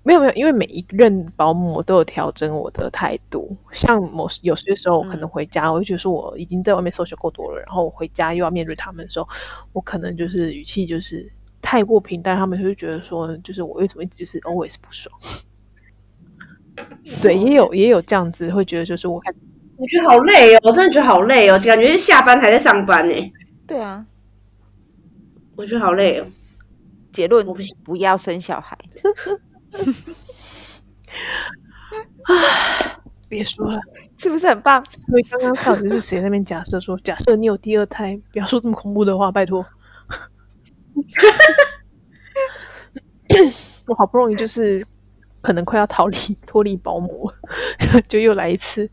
[SPEAKER 3] 没有没有，因为每一任保姆我都有调整我的态度。像某有些时候，我可能回家，我就觉得说我已经在外面搜求够多了，然后我回家又要面对他们的时候，我可能就是语气就是太过平淡，他们就会觉得说，就是我为什么一直就是 always 不爽。 对，也有也有这样子，会觉得就是我开始
[SPEAKER 4] 我觉得好累哦，我真的觉得好累哦，感觉是下班还在上班呢。
[SPEAKER 1] 对啊，
[SPEAKER 4] 我觉得好累哦，
[SPEAKER 1] 结论
[SPEAKER 4] 我不行
[SPEAKER 1] 不要生小孩。
[SPEAKER 3] 别说了，
[SPEAKER 1] 是不是很棒？
[SPEAKER 3] 因为刚刚到底是谁在那边假设说，假设你有第二胎，不要说这么恐怖的话，拜托。 我好不容易就是可能快要逃离脱离保姆，就又来一次。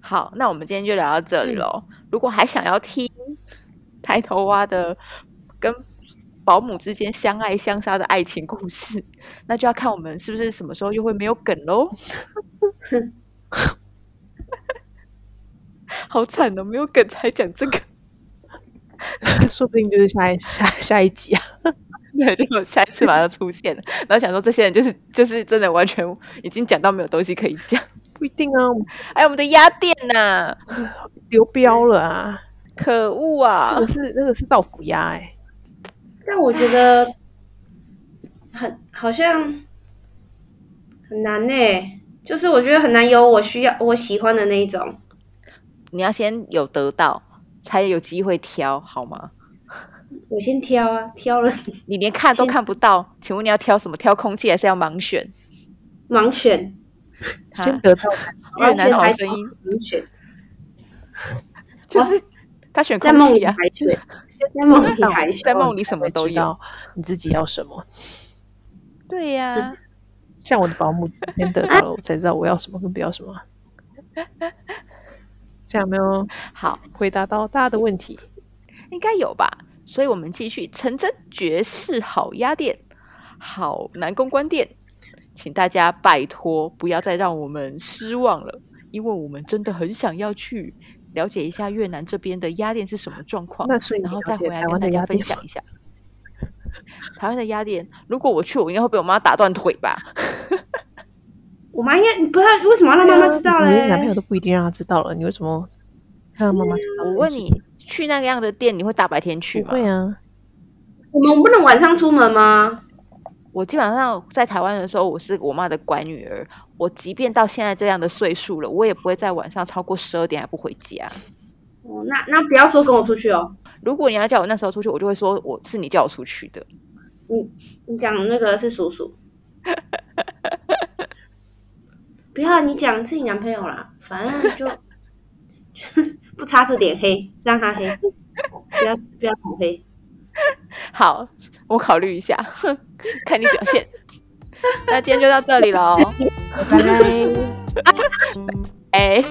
[SPEAKER 1] 好，那我们今天就聊到这里喽。如果还想要听抬头蛙的跟保姆之间相爱相杀的爱情故事， 那就要看我们是不是什么时候又会没有梗喽。 好惨哦，没有梗才讲这个，
[SPEAKER 3] 说不定就是下一下下一集啊，
[SPEAKER 1] 对，就下一次马上出现了。然后想说这些人就是就是真的完全已经讲到没有东西可以讲，
[SPEAKER 3] 不一定啊，我们
[SPEAKER 1] 哎，我们的鸭店呐、
[SPEAKER 3] 流标了啊，
[SPEAKER 1] 可恶啊
[SPEAKER 3] 那！个是那个是豆腐鸭哎、
[SPEAKER 4] 但我觉得很好像很难呢、就是我觉得很难有我需要我喜欢的那一种。
[SPEAKER 1] 你要先有得到，才有机会挑，好吗？
[SPEAKER 4] 我先挑啊，挑了
[SPEAKER 1] 你连看都
[SPEAKER 4] 先
[SPEAKER 1] 看不到，请问你要挑什么？挑空气还是要盲选？
[SPEAKER 4] 盲选，
[SPEAKER 1] 哈
[SPEAKER 3] 先得到
[SPEAKER 1] 越南好
[SPEAKER 4] 盲选
[SPEAKER 1] 声音
[SPEAKER 4] 盲选，
[SPEAKER 1] 就
[SPEAKER 4] 我
[SPEAKER 1] 是他选
[SPEAKER 4] 在
[SPEAKER 1] 空
[SPEAKER 4] 梦
[SPEAKER 1] 气
[SPEAKER 4] 里
[SPEAKER 1] 啊
[SPEAKER 4] 海，选，在梦里海选。
[SPEAKER 1] 在梦里什么都
[SPEAKER 3] 知
[SPEAKER 1] 有。
[SPEAKER 3] 道你自己要什么。
[SPEAKER 1] 对呀、
[SPEAKER 3] 像我的保姆先得到了，我才知道我要什么跟不要什么。这样有没有
[SPEAKER 1] 好，
[SPEAKER 3] 回答到大家的问题。
[SPEAKER 1] 应该有吧。所以我们继续陈真绝世好鸭店，好南公关店，请大家拜托不要再让我们失望了，因为我们真的很想要去了解一下越南这边的鸭店是什么状况。
[SPEAKER 3] 那所以你
[SPEAKER 1] 然后
[SPEAKER 3] 了
[SPEAKER 1] 再
[SPEAKER 3] 解
[SPEAKER 1] 回来
[SPEAKER 3] 台
[SPEAKER 1] 跟
[SPEAKER 3] 湾
[SPEAKER 1] 大
[SPEAKER 3] 的
[SPEAKER 1] 家
[SPEAKER 3] 压
[SPEAKER 1] 分
[SPEAKER 3] 力
[SPEAKER 1] 享一下。台湾的鸭店，如果我去，我应该会被我妈打断腿吧？
[SPEAKER 4] 我妈应该，你不要为什么要让妈妈知道
[SPEAKER 3] 啊你
[SPEAKER 4] 嘞
[SPEAKER 3] 连？男朋友都不一定让他知道了，你为什么让妈妈知道？
[SPEAKER 1] 我问你，，去那个样的店，你会大白天去
[SPEAKER 3] 不
[SPEAKER 1] 吗？
[SPEAKER 3] 会啊，
[SPEAKER 4] 我们不能晚上出门吗？
[SPEAKER 1] 我基本上在台湾的时候，我是我妈的乖女儿。我即便到现在这样的岁数了，我也不会在晚上超过十二点还不回家。
[SPEAKER 4] 哦，那那不要说跟我出去哦，
[SPEAKER 1] 如果你要叫我那时候出去，我就会说我是你叫我出去的。
[SPEAKER 4] 你讲那个是叔 叔。不要，你讲是你男朋友啦，反正就 不擦这点黑，让他黑，不要不要抹黑。
[SPEAKER 1] 好，我考虑一下， 看你表现。 那今天就到这里喽，
[SPEAKER 3] 拜拜。
[SPEAKER 1] 哎、